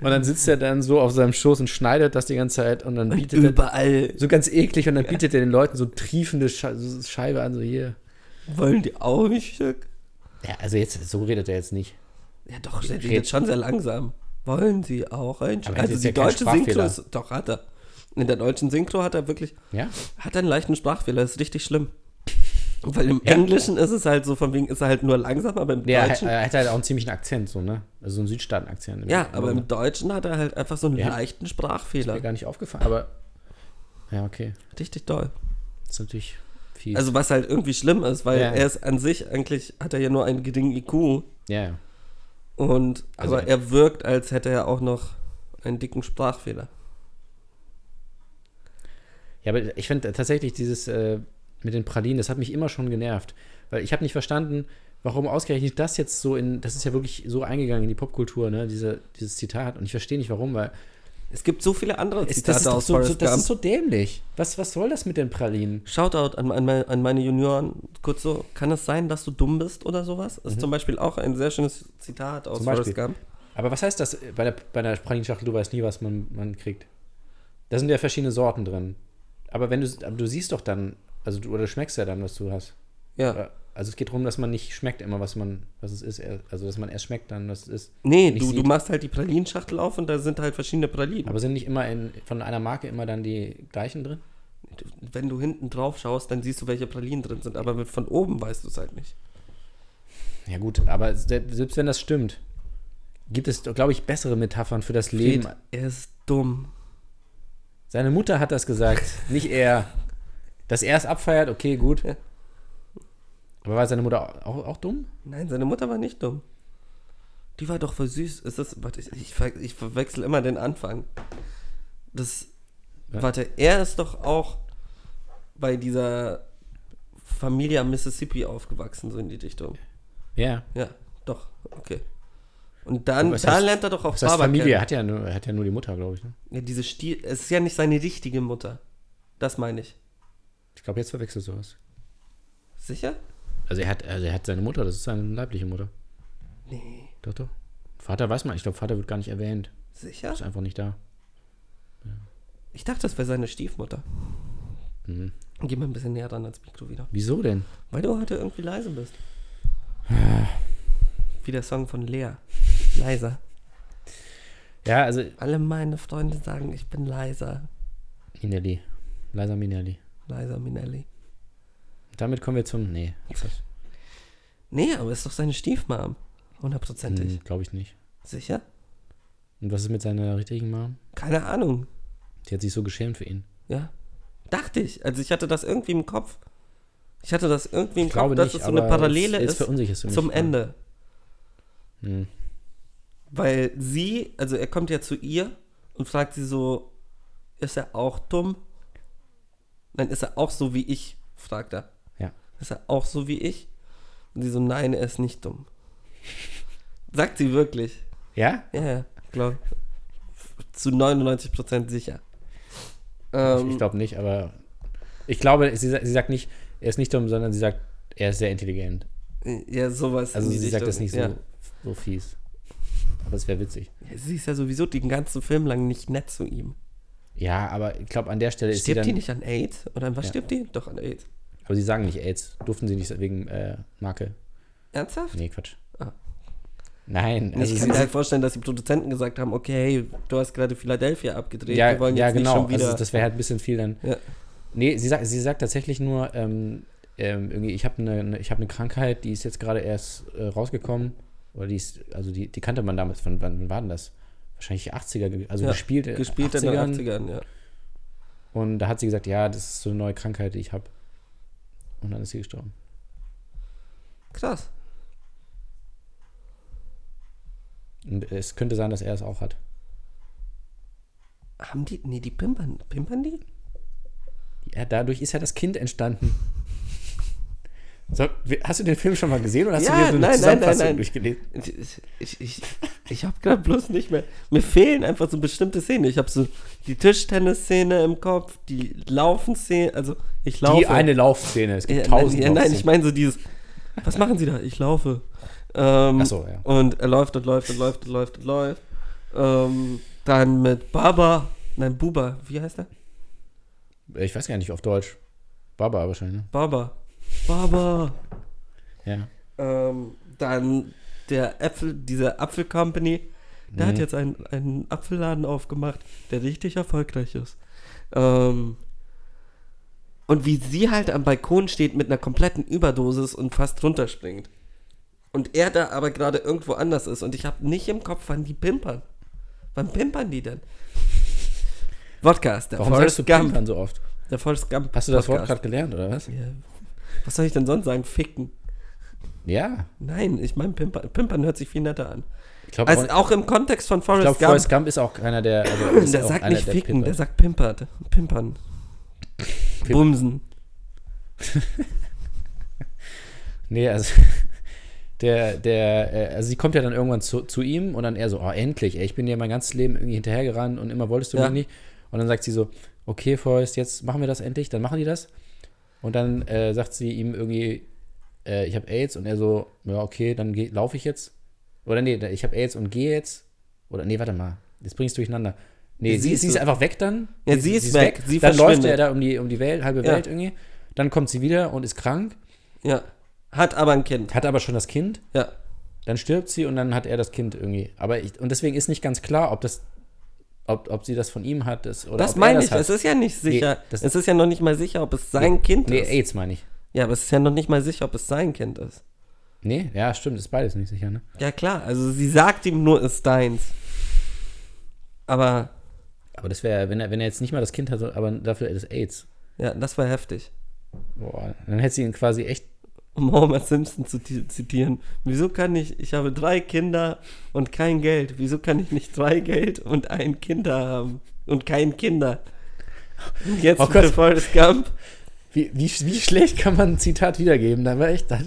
Speaker 4: Und dann sitzt er dann so auf seinem Schoß und schneidet das die ganze Zeit und dann bietet (laughs) er
Speaker 3: Überall
Speaker 4: so ganz eklig und dann bietet er den Leuten so triefende Sche so Scheibe an, so hier.
Speaker 3: wollen die auch ein Stück.
Speaker 4: Ja, also jetzt, so redet er jetzt nicht.
Speaker 3: Ja doch, der
Speaker 4: Red-
Speaker 3: redet schon sehr langsam. Wollen sie auch ein
Speaker 4: Aber
Speaker 3: Stück?
Speaker 4: das
Speaker 3: Also
Speaker 4: ist
Speaker 3: die
Speaker 4: ja kein
Speaker 3: deutsche Synchro
Speaker 4: Sprachfehler.
Speaker 3: ist, doch hat er. In der deutschen Synchro hat er wirklich,
Speaker 4: Ja?
Speaker 3: hat er einen leichten Sprachfehler, das ist richtig schlimm. Weil im Englischen ist es halt so, von wegen ist er halt nur langsam, aber im
Speaker 4: Ja, er,
Speaker 3: Deutschen...
Speaker 4: er hat halt auch einen ziemlichen Akzent, so, ne? Also so einen Südstaaten-Akzent.
Speaker 3: Ja, aber im Deutschen hat er halt einfach so einen
Speaker 4: Ja.
Speaker 3: leichten
Speaker 4: Ist mir
Speaker 3: Sprachfehler.
Speaker 4: gar nicht aufgefallen, aber. Ja, okay.
Speaker 3: Richtig doll.
Speaker 4: ist natürlich viel.
Speaker 3: Also was halt irgendwie schlimm ist, weil
Speaker 4: Ja.
Speaker 3: er ist an sich eigentlich, hat er ja nur einen geringen IQ
Speaker 4: ja, ja.
Speaker 3: und
Speaker 4: Also-
Speaker 3: aber er wirkt, als hätte er auch noch einen dicken Sprachfehler.
Speaker 4: Ja, aber ich finde tatsächlich dieses äh, mit den Pralinen, das hat mich immer schon genervt. Weil ich habe nicht verstanden, warum ausgerechnet das jetzt so in, das ist ja wirklich so eingegangen in die Popkultur, ne, diese, dieses Zitat. Und ich verstehe nicht warum, weil
Speaker 3: Es gibt so viele andere
Speaker 4: es-
Speaker 3: Zitate
Speaker 4: das, ist doch
Speaker 3: aus
Speaker 4: so, so,
Speaker 3: Forrest
Speaker 4: das
Speaker 3: Gump.
Speaker 4: ist so dämlich. Was, was soll das mit den Pralinen?
Speaker 3: Shoutout an, an, meine- an meine Junioren. Kurz so, kann es sein, dass du dumm bist oder sowas? Ist zum Beispiel auch ein sehr schönes Zitat aus
Speaker 4: Mhm. Zum
Speaker 3: Forrest
Speaker 4: Beispiel.
Speaker 3: Gump.
Speaker 4: Aber was heißt das äh, bei der, bei der Pralinschachtel, du weißt nie, was man, man kriegt? Da sind ja verschiedene Sorten drin. Aber wenn du, aber du siehst doch dann, also du, oder du schmeckst ja dann, was du hast.
Speaker 3: Ja.
Speaker 4: Äh, Also es geht darum, dass man nicht schmeckt immer, was man, was es ist. Er- Also dass man erst schmeckt, dann was es ist.
Speaker 3: Nee,
Speaker 4: Nicht
Speaker 3: du, du
Speaker 4: sieht.
Speaker 3: machst halt die Pralinschachtel auf und da sind halt verschiedene Pralinen.
Speaker 4: Aber sind nicht immer in, von einer Marke immer dann die gleichen drin?
Speaker 3: Wenn du hinten drauf schaust, dann siehst du, welche Pralinen drin sind, aber von oben weißt du es halt nicht.
Speaker 4: Ja gut, aber se- selbst wenn das stimmt, gibt es, glaube ich, bessere Metaphern für das Leben.
Speaker 3: Fred, er ist dumm.
Speaker 4: Seine Mutter hat das gesagt, nicht er. Dass er es abfeiert, okay, gut.
Speaker 3: Ja.
Speaker 4: Aber war seine Mutter auch, auch dumm?
Speaker 3: Nein, seine Mutter war nicht dumm. Die war doch voll süß. Ist das, warte, ich, ich, ver, ich verwechsel immer den Anfang. Das,
Speaker 4: Ja.
Speaker 3: warte, er ist doch auch bei dieser Familie am Mississippi aufgewachsen, so in die Dichtung.
Speaker 4: Ja.
Speaker 3: Ja, doch, okay. Und dann,
Speaker 4: Was
Speaker 3: da
Speaker 4: heißt-
Speaker 3: lernt er doch auch
Speaker 4: Das heißt,
Speaker 3: Barbara
Speaker 4: Familie
Speaker 3: kennen.
Speaker 4: hat ja, nur, hat ja nur die Mutter, glaube ich. Ne?
Speaker 3: Ja, diese Stil, es ist ja nicht seine richtige Mutter. Das meine ich.
Speaker 4: Ich glaube, jetzt verwechselst du was.
Speaker 3: Sicher?
Speaker 4: Also er hat, also er hat seine Mutter, das ist seine leibliche Mutter.
Speaker 3: Nee.
Speaker 4: Doch, doch. Vater weiß man, ich glaube, Vater wird gar nicht erwähnt.
Speaker 3: Sicher?
Speaker 4: Ist einfach nicht da.
Speaker 3: Ich dachte, das wäre seine Stiefmutter.
Speaker 4: Mhm.
Speaker 3: Geh mal ein bisschen näher dran ans Mikro wieder.
Speaker 4: Wieso denn?
Speaker 3: Weil du heute irgendwie leise bist. Wie der Song von Lea. Leiser.
Speaker 4: Ja, also
Speaker 3: Alle meine Freunde sagen, ich bin leiser.
Speaker 4: Minelli. Leiser Minelli.
Speaker 3: Leiser Minelli.
Speaker 4: Damit kommen wir zum. Nee.
Speaker 3: Nee, aber ist doch seine Stiefmom. Hundertprozentig.
Speaker 4: Hm, glaube ich nicht.
Speaker 3: Sicher?
Speaker 4: Und was ist mit seiner richtigen Mom?
Speaker 3: Keine Ahnung.
Speaker 4: Die hat sich so geschämt für ihn.
Speaker 3: Ja. Dachte ich. Also ich hatte das irgendwie im Kopf. Ich hatte das irgendwie im
Speaker 4: Ich
Speaker 3: Kopf,
Speaker 4: glaube
Speaker 3: dass
Speaker 4: nicht,
Speaker 3: es so eine
Speaker 4: aber
Speaker 3: Parallele
Speaker 4: jetzt- jetzt
Speaker 3: ist
Speaker 4: verunsicherst du mich,
Speaker 3: zum
Speaker 4: ja.
Speaker 3: Ende.
Speaker 4: Hm.
Speaker 3: Weil sie, also er kommt ja zu ihr und fragt sie so, ist er auch dumm? Nein, ist er auch so wie ich? fragt er.
Speaker 4: Ja.
Speaker 3: Ist er auch so wie ich? Und sie so, nein, er ist nicht dumm. (laughs) Sagt sie wirklich.
Speaker 4: Ja?
Speaker 3: Ja, ja, glaube Zu 99% sicher.
Speaker 4: ich
Speaker 3: Ähm,
Speaker 4: glaube nicht, aber. Ich glaube, sie, sa- sie sagt nicht, er ist nicht dumm, sondern sie sagt, er ist sehr intelligent.
Speaker 3: ja, sowas.
Speaker 4: Also
Speaker 3: in die
Speaker 4: sie sagt das
Speaker 3: Richtung,
Speaker 4: nicht so,
Speaker 3: ja.
Speaker 4: so fies. Aber es wäre witzig.
Speaker 3: Sie ist ja sowieso den ganzen Film lang nicht nett zu ihm.
Speaker 4: Ja, aber ich glaube, an der Stelle ist
Speaker 3: Stirbt
Speaker 4: sie
Speaker 3: die
Speaker 4: dann.
Speaker 3: nicht an AIDS? Oder an was stirbt die? Doch, an AIDS.
Speaker 4: Aber sie sagen nicht AIDS. Durften sie nicht wegen äh, Marke.
Speaker 3: Ernsthaft?
Speaker 4: Nee, Quatsch.
Speaker 3: Ah.
Speaker 4: Nein,
Speaker 3: Nee,
Speaker 4: also
Speaker 3: ich
Speaker 4: sie,
Speaker 3: kann mir halt vorstellen, dass die Produzenten gesagt haben, okay, hey, du hast gerade Philadelphia abgedreht,
Speaker 4: ja,
Speaker 3: wir wollen
Speaker 4: ja
Speaker 3: jetzt
Speaker 4: genau.
Speaker 3: nicht schon wieder.
Speaker 4: Also das wäre halt ein bisschen viel dann.
Speaker 3: Ja.
Speaker 4: Nee, sie sagt, sie sagt tatsächlich nur, ähm, ähm, irgendwie, ich habe eine ne, ich hab ne Krankheit, die ist jetzt gerade erst äh, rausgekommen. Oder die ist, also die, die kannte man damals, von wann wann war denn das? Wahrscheinlich 80er, ge- also
Speaker 3: ja,
Speaker 4: gespielt, in
Speaker 3: gespielt
Speaker 4: 80ern,
Speaker 3: in den 80ern, ja.
Speaker 4: Und da hat sie gesagt, ja, das ist so eine neue Krankheit, die ich habe. Und dann ist sie gestorben.
Speaker 3: Krass.
Speaker 4: Und es könnte sein, dass er es auch hat.
Speaker 3: Haben die, nee, die pimpern, pimpern die?
Speaker 4: Ja, dadurch ist ja das Kind entstanden. So, wie- hast du den Film schon mal gesehen oder hast
Speaker 3: Ja,
Speaker 4: du dir so eine
Speaker 3: nein, nein,
Speaker 4: Zusammenfassung
Speaker 3: nein, nein.
Speaker 4: durchgelesen?
Speaker 3: Ich, ich, ich, ich habe gerade bloß nicht mehr, mir fehlen einfach so bestimmte Szenen. Ich habe so die Tischtennisszene im Kopf, die Laufen-Szene, also ich laufe.
Speaker 4: Die eine Laufszene. Es gibt
Speaker 3: Ja,
Speaker 4: tausend
Speaker 3: Äh, nein, ja, nein, ich
Speaker 4: Laufszenen.
Speaker 3: meine so dieses, was machen Sie da? Ich laufe. Ähm,
Speaker 4: Ach so, ja.
Speaker 3: Und er läuft und läuft und läuft und läuft und läuft. Ähm, dann mit Baba, nein, Buba, wie heißt der?
Speaker 4: Ich weiß gar nicht auf Deutsch. Baba wahrscheinlich, ne?
Speaker 3: Baba. Baba.
Speaker 4: Ja.
Speaker 3: Ähm, dann der Äpfel, diese Apfel Company, der
Speaker 4: Mhm.
Speaker 3: hat jetzt einen, einen Apfelladen aufgemacht, der richtig erfolgreich ist. Ähm, und wie sie halt am Balkon steht mit einer kompletten Überdosis und fast runterspringt. Und er da aber gerade irgendwo anders ist. Und ich habe nicht im Kopf, wann die pimpern. Wann pimpern die denn? Podcast, der
Speaker 4: Warum
Speaker 3: Forrest
Speaker 4: sagst du
Speaker 3: Gump.
Speaker 4: Pimpern so oft?
Speaker 3: Der Forrest Gump.
Speaker 4: Hast du das Wort
Speaker 3: Podcast.
Speaker 4: gerade gelernt, oder was?
Speaker 3: Ja. Was soll ich denn sonst sagen? Ficken.
Speaker 4: Ja.
Speaker 3: Nein, ich meine, Pimpern, Pimpern hört sich viel netter an.
Speaker 4: Ich glaube,
Speaker 3: Also
Speaker 4: also,
Speaker 3: auch im Kontext von Forrest
Speaker 4: glaub,
Speaker 3: Gump.
Speaker 4: Forrest Gump ist auch einer der.
Speaker 3: (laughs)
Speaker 4: Also ist
Speaker 3: der
Speaker 4: auch
Speaker 3: sagt
Speaker 4: einer
Speaker 3: nicht
Speaker 4: der
Speaker 3: ficken, der
Speaker 4: Pimper.
Speaker 3: sagt pimpert. Pimpern. Bumsen.
Speaker 4: Nee, also. (laughs) Der, der, äh, also sie kommt ja dann irgendwann zu, zu ihm und dann er so, oh, endlich, ey, ich bin dir mein ganzes Leben irgendwie hinterhergerannt und immer wolltest du
Speaker 3: Ja.
Speaker 4: mich nicht. Und dann sagt sie so, okay, Forrest, jetzt machen wir das endlich, dann machen die das. Und dann äh, sagt sie ihm irgendwie, äh, ich habe AIDS und er so, ja, okay, dann geh- laufe ich jetzt. Oder nee, ich habe AIDS und gehe jetzt. Oder nee, warte mal, jetzt bringst du durcheinander. Nee,
Speaker 3: Sie
Speaker 4: sie,
Speaker 3: ist
Speaker 4: sie ist
Speaker 3: so-
Speaker 4: einfach weg dann.
Speaker 3: Ja, sie ist weg, sie
Speaker 4: dann läuft
Speaker 3: verschwindet.
Speaker 4: er da um die, um die Welt, halbe
Speaker 3: Ja.
Speaker 4: Welt irgendwie. Dann kommt sie wieder und ist krank,
Speaker 3: Ja. Hat aber ein Kind.
Speaker 4: hat aber schon das Kind
Speaker 3: Ja.
Speaker 4: dann stirbt sie und dann hat er das Kind irgendwie. Aber ich, und deswegen ist nicht ganz klar, ob das, ob, ob sie das von ihm hat, das, oder
Speaker 3: Das
Speaker 4: ob er
Speaker 3: meine ich.
Speaker 4: hat.
Speaker 3: Es ist ja nicht sicher.
Speaker 4: Nee, das-
Speaker 3: es ist ja noch nicht mal sicher, ob es sein Kind
Speaker 4: nee,
Speaker 3: ist.
Speaker 4: AIDS meine ich.
Speaker 3: Ja, aber es ist ja noch nicht mal sicher, ob es sein Kind ist.
Speaker 4: Nee, ja, stimmt, ist beides nicht sicher, ne?
Speaker 3: Ja, klar. Also sie sagt ihm nur, es ist deins. Aber,
Speaker 4: Aber das wäre, wenn er, wenn er jetzt nicht mal das Kind hat, aber dafür das AIDS.
Speaker 3: ja, das war heftig.
Speaker 4: Boah, dann hätte sie ihn quasi echt.
Speaker 3: Um Homer Simpson zu ti- zitieren. Wieso kann ich, ich habe drei Kinder und kein Geld. Wieso kann ich nicht drei Geld und ein Kinder haben? Und kein Kinder. Und jetzt
Speaker 4: Oh
Speaker 3: für
Speaker 4: Gott.
Speaker 3: Forrest Gump.
Speaker 4: Wie, wie, wie schlecht kann man ein Zitat wiedergeben? Da war echt. Das,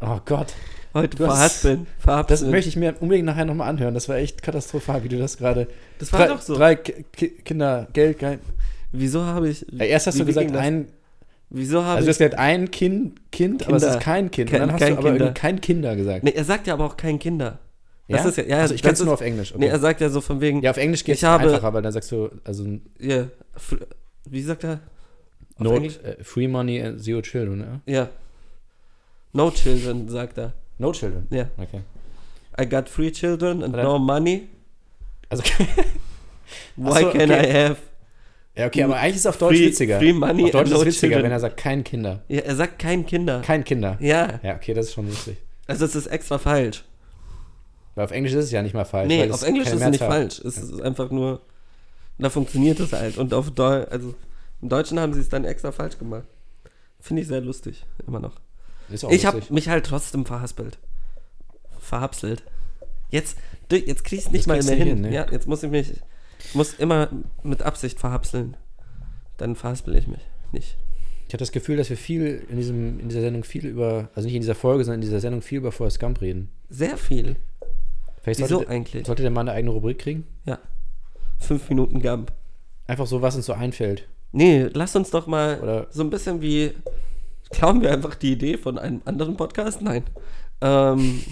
Speaker 4: oh Gott.
Speaker 3: Heute
Speaker 4: Du hast-
Speaker 3: verhaspeln.
Speaker 4: Das
Speaker 3: Verhaspeln.
Speaker 4: möchte ich mir unbedingt nachher nochmal anhören. Das war echt katastrophal, wie du das gerade.
Speaker 3: Das war
Speaker 4: drei,
Speaker 3: doch so.
Speaker 4: Drei Ki- Ki- Kinder, Geld, kein.
Speaker 3: Wieso habe ich.
Speaker 4: Ja, erst hast
Speaker 3: wie
Speaker 4: du gesagt,
Speaker 3: ging das?
Speaker 4: ein,
Speaker 3: Wieso habe
Speaker 5: Also du hast
Speaker 3: ich.
Speaker 5: gesagt, ein Kind, Kind, aber es
Speaker 3: Kinder.
Speaker 5: ist kein Kind.
Speaker 3: Kein-
Speaker 5: und dann hast
Speaker 3: kein
Speaker 5: du aber
Speaker 3: Kinder.
Speaker 5: irgendwie kein Kinder gesagt.
Speaker 3: Nee, er sagt ja aber auch kein Kinder. Das
Speaker 5: Ja?
Speaker 3: ist ja, ja
Speaker 5: Also ich
Speaker 3: das
Speaker 5: kenn's
Speaker 3: ist-
Speaker 5: nur auf Englisch, okay.
Speaker 3: Nee, er sagt ja so von wegen.
Speaker 5: Ja, auf Englisch geht es
Speaker 3: Ich habe-
Speaker 5: einfacher, weil dann sagst du, also
Speaker 3: ja, f- wie sagt er? Auf
Speaker 5: no,
Speaker 3: Englisch?
Speaker 5: äh, Free Money and Zero Children, ne?
Speaker 3: Ja. No children, sagt er.
Speaker 5: No Children.
Speaker 3: Ja.
Speaker 5: Okay.
Speaker 3: I got three children and
Speaker 5: Oder-
Speaker 3: no money.
Speaker 5: Also,
Speaker 3: (laughs) Why
Speaker 5: so,
Speaker 3: can
Speaker 5: okay.
Speaker 3: I have?
Speaker 5: ja, okay, aber eigentlich ist es auf Deutsch
Speaker 3: Free-
Speaker 5: witziger.
Speaker 3: free money
Speaker 5: auf Deutsch
Speaker 3: and
Speaker 5: ist es
Speaker 3: no
Speaker 5: witziger,
Speaker 3: children.
Speaker 5: wenn er sagt, kein Kinder.
Speaker 3: Ja, er sagt kein Kinder.
Speaker 5: Kein Kinder.
Speaker 3: ja,
Speaker 5: Ja, okay, das ist schon lustig.
Speaker 3: also es ist extra falsch.
Speaker 5: Weil auf Englisch ist es ja nicht mal falsch.
Speaker 3: Nee,
Speaker 5: weil es
Speaker 3: auf Englisch ist
Speaker 5: keine
Speaker 3: es nicht
Speaker 5: Mehrzahl-
Speaker 3: falsch. Es ist einfach nur, da funktioniert es halt. Und auf Deu also im Deutschen haben sie es dann extra falsch gemacht. Finde ich sehr lustig, immer noch.
Speaker 5: Ist auch
Speaker 3: ich habe
Speaker 5: lustig.
Speaker 3: mich halt trotzdem verhaspelt. Verhapselt. Jetzt, du- jetzt kriegst du nicht
Speaker 5: Das
Speaker 3: mal
Speaker 5: kriegst
Speaker 3: immer
Speaker 5: du
Speaker 3: hin.
Speaker 5: nicht hin, ne?
Speaker 3: ja, jetzt muss ich mich, ich muss immer mit Absicht verhapseln. Dann verhaspel ich mich nicht.
Speaker 5: Ich habe das Gefühl, dass wir viel in, diesem, in dieser Sendung viel über, also nicht in dieser Folge, sondern in dieser Sendung viel über Forrest Gump reden.
Speaker 3: Sehr viel.
Speaker 5: Vielleicht
Speaker 3: Wieso
Speaker 5: sollte,
Speaker 3: eigentlich?
Speaker 5: Sollte der mal eine eigene Rubrik kriegen?
Speaker 3: Ja. Fünf Minuten Gump.
Speaker 5: Einfach so, was uns so einfällt.
Speaker 3: Nee, lass uns doch mal
Speaker 5: Oder-
Speaker 3: so ein bisschen wie. Klauen wir einfach die Idee von einem anderen Podcast? Nein.
Speaker 5: (laughs)
Speaker 3: Ähm,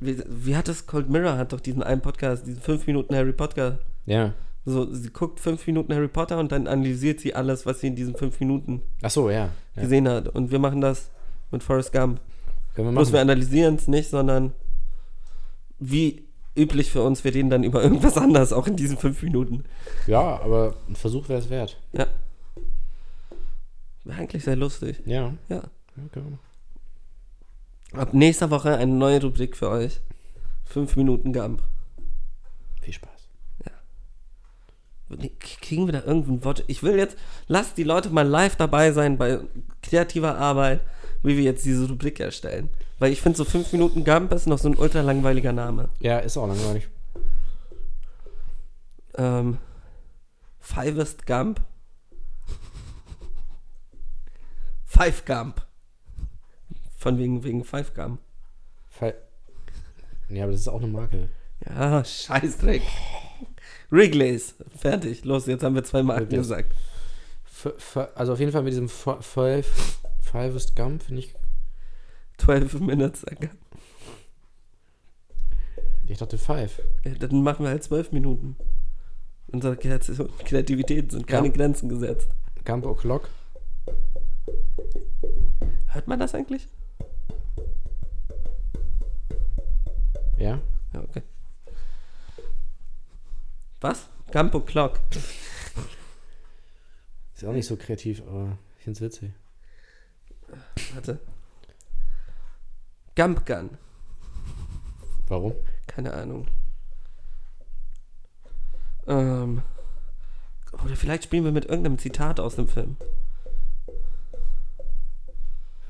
Speaker 3: wie, wie hat es Cold Mirror hat doch diesen einen Podcast, diesen 5 Minuten Harry Potter.
Speaker 5: Ja.
Speaker 3: So, sie guckt 5 Minuten Harry Potter und dann analysiert sie alles, was sie in diesen 5 Minuten
Speaker 5: Ach so, ja. ja.
Speaker 3: gesehen hat. Und wir machen das mit Forrest Gump.
Speaker 5: Können wir
Speaker 3: Bloß wir
Speaker 5: machen.
Speaker 3: analysieren es nicht, sondern wie üblich für uns, wir reden dann über irgendwas anderes, auch in diesen 5 Minuten.
Speaker 5: Ja, aber ein Versuch wäre es wert.
Speaker 3: Ja. Wäre eigentlich sehr lustig.
Speaker 5: Ja.
Speaker 3: Ja.
Speaker 5: ja können wir machen.
Speaker 3: Ab nächster Woche eine neue Rubrik für euch. 5 Minuten Gump.
Speaker 5: Viel Spaß.
Speaker 3: Kriegen wir da irgendein Wort? Ich will jetzt, lasst die Leute mal live dabei sein bei kreativer Arbeit, wie wir jetzt diese Rubrik erstellen. Weil ich finde, so 5 Minuten Gump ist noch so ein ultra langweiliger Name.
Speaker 5: Ja, ist auch langweilig.
Speaker 3: Ähm, Fivest Gump. Five Gump. Von wegen, wegen Five Gump.
Speaker 5: Fall. Ja, aber das ist auch eine Marke.
Speaker 3: Ja, Scheißdreck. Wrigley's. Fertig. Los, jetzt haben wir zwei Marken
Speaker 5: Wrigley's.
Speaker 3: gesagt.
Speaker 5: F F also auf jeden Fall mit diesem F- Five, Fivest Gump finde ich.
Speaker 3: 12 Minutes.
Speaker 5: Ich dachte Five.
Speaker 3: Ja, dann machen wir halt 12 Minuten. Unsere Kreat- Kreativität sind keine
Speaker 5: Ja.
Speaker 3: Grenzen gesetzt.
Speaker 5: Gump O'Clock.
Speaker 3: Hört man das eigentlich?
Speaker 5: Ja.
Speaker 3: Ja, okay. Was? Gumpo Clock.
Speaker 5: Ist auch nicht so kreativ, aber ich finde es witzig.
Speaker 3: Warte. Gump Gun.
Speaker 5: Warum?
Speaker 3: Keine Ahnung. Ähm. Oder vielleicht spielen wir mit irgendeinem Zitat aus dem Film.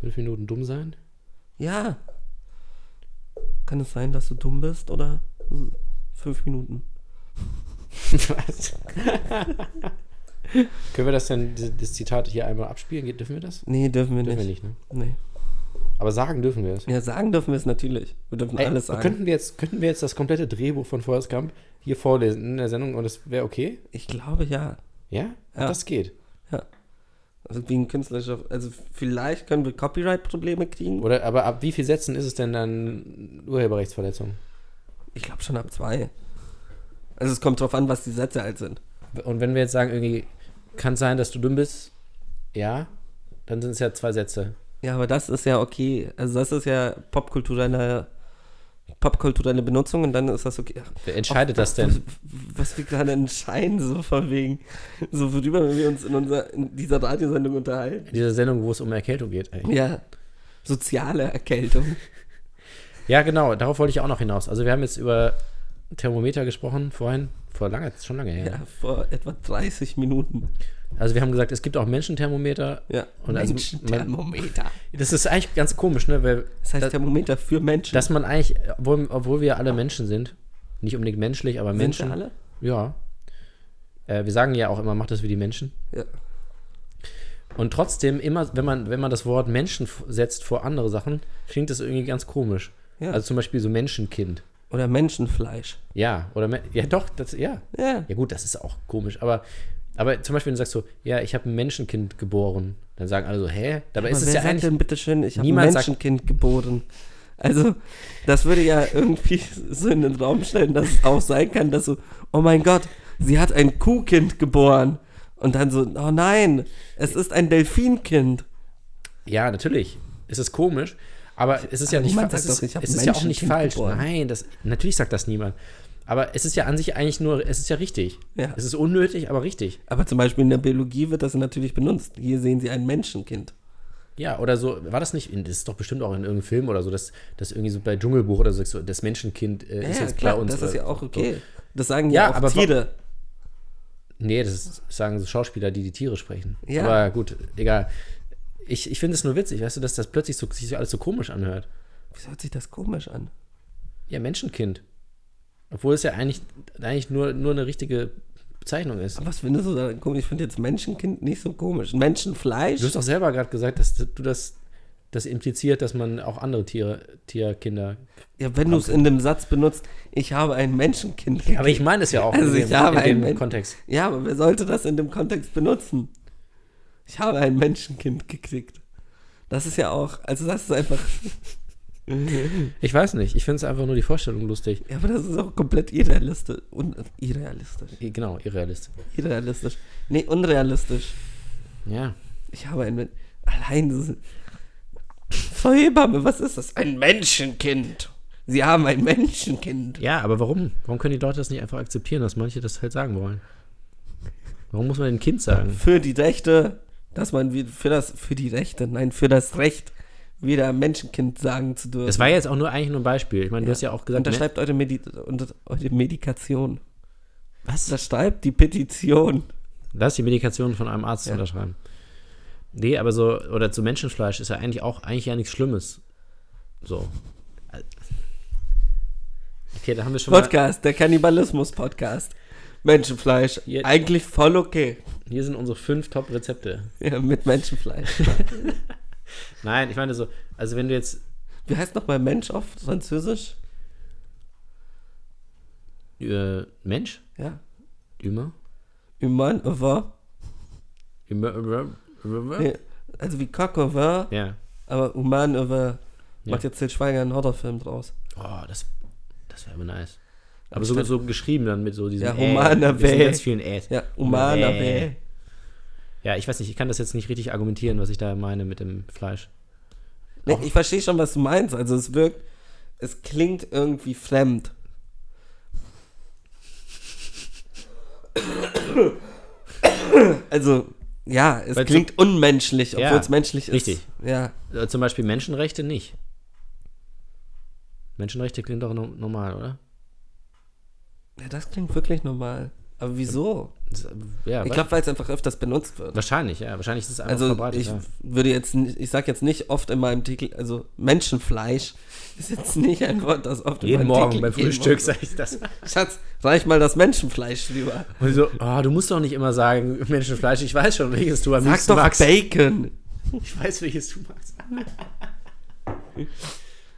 Speaker 5: Fünf Minuten dumm sein?
Speaker 3: Ja. Kann es sein, dass du dumm bist oder fünf Minuten?
Speaker 5: Was? (laughs) Können wir das denn, diese- das Zitat hier einmal abspielen? Geht- Dürfen wir das?
Speaker 3: Nee, dürfen wir
Speaker 5: Dürfen wir
Speaker 3: nicht.
Speaker 5: nicht, ne?
Speaker 3: Nee.
Speaker 5: Aber sagen dürfen wir es.
Speaker 3: Ja, sagen dürfen wir es natürlich. Wir dürfen
Speaker 5: Ey,
Speaker 3: alles sagen.
Speaker 5: Könnten wir, jetzt, könnten wir jetzt das komplette Drehbuch von Forrest Gump hier vorlesen in der Sendung und das wäre okay?
Speaker 3: Ich glaube ja.
Speaker 5: Ja?
Speaker 3: Ja.
Speaker 5: Das geht.
Speaker 3: Also wegen künstlerischer. Also vielleicht können wir Copyright-Probleme kriegen.
Speaker 5: Oder aber ab wie viel Sätzen ist es denn dann Urheberrechtsverletzung?
Speaker 3: Ich glaube schon ab zwei. Also es kommt drauf an, was die Sätze halt sind.
Speaker 4: Und wenn wir jetzt sagen, irgendwie, kann sein, dass du dumm bist, ja, dann sind es ja zwei Sätze.
Speaker 3: Ja, aber das ist ja okay. Also das ist ja popkulturelle, popkulturelle Benutzung und dann ist das okay. Ach,
Speaker 4: Wer entscheidet das denn?
Speaker 3: was wir gerade entscheiden, so von wegen, so worüber wir uns in, unserer, in dieser Radiosendung unterhalten.
Speaker 4: In dieser Sendung, wo es um Erkältung geht. Ey.
Speaker 3: Ja. Soziale Erkältung.
Speaker 4: Ja, genau, darauf wollte ich auch noch hinaus. Also wir haben jetzt über Thermometer gesprochen vorhin, vor langer, schon lange her.
Speaker 3: Ja, vor etwa 30 Minuten.
Speaker 4: Also wir haben gesagt, es gibt auch Menschenthermometer.
Speaker 3: Ja.
Speaker 4: Und also man,
Speaker 3: Menschenthermometer.
Speaker 4: das ist eigentlich ganz komisch, ne? Weil,
Speaker 3: Das heißt
Speaker 4: dass,
Speaker 3: Thermometer für Menschen.
Speaker 4: dass man eigentlich, obwohl, obwohl wir alle Menschen sind, nicht unbedingt menschlich, aber
Speaker 3: Sind wir
Speaker 4: Menschen.
Speaker 3: alle?
Speaker 4: Ja. Äh, wir sagen ja auch immer, macht das wie die Menschen.
Speaker 3: Ja.
Speaker 4: Und trotzdem, immer, wenn man, wenn man das Wort Menschen f- setzt vor andere Sachen, klingt das irgendwie ganz komisch.
Speaker 3: Ja.
Speaker 4: Also zum Beispiel so Menschenkind.
Speaker 3: Oder Menschenfleisch.
Speaker 4: Ja, oder Me ja doch, das, ja.
Speaker 3: Ja.
Speaker 4: Ja gut, das ist auch komisch, aber Aber zum Beispiel, wenn du sagst so, ja, ich habe ein Menschenkind geboren, dann sagen alle so, hä? Dabei
Speaker 3: Aber
Speaker 4: ist
Speaker 3: wer
Speaker 4: es ja
Speaker 3: sagt
Speaker 4: eigentlich.
Speaker 3: denn bitte schön, ich habe ein
Speaker 4: Niemand sagt-
Speaker 3: Menschenkind geboren? Also, das würde ja irgendwie so in den Raum stellen, dass es auch sein kann, dass so, oh mein Gott, sie hat ein Kuhkind geboren. Und dann so, oh nein, es ist ein Delfinkind.
Speaker 4: Ja, natürlich. Es ist komisch, aber es ist ja
Speaker 3: aber
Speaker 4: nicht, fa-
Speaker 3: niemand
Speaker 4: es
Speaker 3: sagt
Speaker 4: ist,
Speaker 3: doch, ich hab
Speaker 4: es
Speaker 3: ein
Speaker 4: ist ja auch nicht
Speaker 3: Menschenkind
Speaker 4: falsch.
Speaker 3: geboren.
Speaker 4: Nein, das, natürlich sagt das niemand. Aber es ist ja an sich eigentlich nur, es ist ja richtig.
Speaker 3: Ja.
Speaker 4: Es ist unnötig, aber richtig.
Speaker 3: Aber zum Beispiel in der Biologie wird das natürlich benutzt. Hier sehen sie ein Menschenkind.
Speaker 4: Ja, oder so, war das nicht, in- das ist doch bestimmt auch in irgendeinem Film oder so, dass, dass irgendwie so bei Dschungelbuch oder so, so das Menschenkind äh, ist jetzt bei uns.
Speaker 3: das ist
Speaker 4: oder
Speaker 3: ja auch
Speaker 4: so.
Speaker 3: okay. Das sagen ja,
Speaker 4: Ja,
Speaker 3: auch
Speaker 4: aber wa-
Speaker 3: Tiere.
Speaker 4: Nee, das ist, sagen so Schauspieler, die die Tiere sprechen.
Speaker 3: Ja.
Speaker 4: Aber gut, egal. Ich, ich finde es nur witzig, weißt du, dass das plötzlich so, sich so alles so komisch anhört.
Speaker 3: Wieso hört sich das komisch an?
Speaker 4: Ja, Menschenkind. Obwohl es ja eigentlich, eigentlich nur, nur eine richtige Bezeichnung ist.
Speaker 3: Aber was findest du da komisch? Ich finde jetzt Menschenkind nicht so komisch. Menschenfleisch?
Speaker 4: Du hast doch selber gerade gesagt, dass du das, das impliziert, dass man auch andere Tiere, Tierkinder.
Speaker 3: Ja, wenn du es in dem Satz benutzt, ich habe ein Menschenkind.
Speaker 4: Aber ich meine es ja auch
Speaker 3: Also
Speaker 4: in
Speaker 3: ich
Speaker 4: dem,
Speaker 3: habe einen
Speaker 4: in dem
Speaker 3: Men-
Speaker 4: Kontext.
Speaker 3: Ja, aber wer sollte das in dem Kontext benutzen? Ich habe ein Menschenkind gekriegt. Das ist ja auch, also das ist einfach,
Speaker 4: Ich weiß nicht, ich finde es einfach nur die Vorstellung lustig.
Speaker 3: ja, aber das ist auch komplett irrealistisch. Un irrealistisch.
Speaker 4: I- Genau, irrealistisch.
Speaker 3: Irrealistisch. Nee, unrealistisch.
Speaker 4: Ja.
Speaker 3: Ich habe ein, Men- allein, so- Frau Hebamme, was ist das? Ein Menschenkind. Sie haben ein Menschenkind.
Speaker 4: Ja, aber warum? Warum können die Leute das nicht einfach akzeptieren, dass manche das halt sagen wollen? Warum muss man ein Kind sagen?
Speaker 3: Für die Rechte, dass man, wie- für das, für die Rechte, nein, für das Recht, wieder Menschenkind sagen zu dürfen.
Speaker 4: Das war jetzt auch nur eigentlich nur ein Beispiel. Ich meine, du hast ja auch gesagt, ne?
Speaker 3: Unterschreibt eure, Medi unter eure Medikation.
Speaker 4: was?
Speaker 3: Unterschreibt die Petition.
Speaker 4: Lass die Medikation von einem Arzt
Speaker 3: Ja.
Speaker 4: unterschreiben. Nee, aber so, oder zu Menschenfleisch ist ja eigentlich auch eigentlich ja nichts Schlimmes. So. Okay, da haben wir schon mal.
Speaker 3: Podcast, der Kannibalismus-Podcast. Menschenfleisch,
Speaker 4: Jetzt-
Speaker 3: eigentlich voll okay.
Speaker 4: Hier sind unsere fünf Top-Rezepte.
Speaker 3: Ja, mit Menschenfleisch. (laughs)
Speaker 4: Nein, ich meine so, also wenn du jetzt
Speaker 3: Wie heißt nochmal Mensch auf Französisch?
Speaker 4: äh, Mensch,
Speaker 3: Ja.
Speaker 4: Ümer,
Speaker 3: Humain au vin.
Speaker 4: Ümer, Ümer, Ümer.
Speaker 3: Nee, also wie Coq au vin,
Speaker 4: Ja.
Speaker 3: aber Humain au vin.
Speaker 4: Ja.
Speaker 3: Macht jetzt Til Schweiger einen Horrorfilm draus.
Speaker 4: Oh, das, das wäre aber nice. Aber so, so geschrieben dann mit so diesem
Speaker 3: Ja, humaner
Speaker 4: mit diesen
Speaker 3: Weh.
Speaker 4: ganz vielen Äs.
Speaker 3: Ja, Humain au
Speaker 4: Äh.
Speaker 3: vin.
Speaker 4: Ja, ich weiß nicht, ich kann das jetzt nicht richtig argumentieren, was ich da meine mit dem Fleisch.
Speaker 3: Nee, ich verstehe schon, was du meinst. Also es wirkt, es klingt irgendwie fremd. Also, ja, es
Speaker 4: Weil so-
Speaker 3: klingt unmenschlich, obwohl
Speaker 4: Ja,
Speaker 3: es menschlich ist.
Speaker 4: richtig.
Speaker 3: Ja,
Speaker 4: Äh, Zum Beispiel Menschenrechte nicht. Menschenrechte klingt doch no normal, oder?
Speaker 3: ja, das klingt wirklich normal. Aber wieso?
Speaker 4: Das, äh, ja,
Speaker 3: Ich
Speaker 4: wa-
Speaker 3: glaube, weil es einfach öfters benutzt wird.
Speaker 4: wahrscheinlich, ja. Wahrscheinlich ist es einfach
Speaker 3: Also
Speaker 4: verbreitet.
Speaker 3: ich
Speaker 4: ja.
Speaker 3: würde jetzt, n- ich sage jetzt nicht oft in meinem Titel, also Menschenfleisch ist jetzt nicht ein Wort, das oft in
Speaker 4: Jeden
Speaker 3: meinem
Speaker 4: Morgen
Speaker 3: Titel-
Speaker 4: beim
Speaker 3: jeden
Speaker 4: Frühstück
Speaker 3: Morgen.
Speaker 4: sage ich das.
Speaker 3: Schatz, reich mal das Menschenfleisch rüber.
Speaker 4: Und so, oh, du musst doch nicht immer sagen, Menschenfleisch, ich weiß schon, welches du am
Speaker 3: Sag
Speaker 4: liebsten
Speaker 3: doch
Speaker 4: magst.
Speaker 3: Bacon.
Speaker 4: Ich weiß, welches du magst.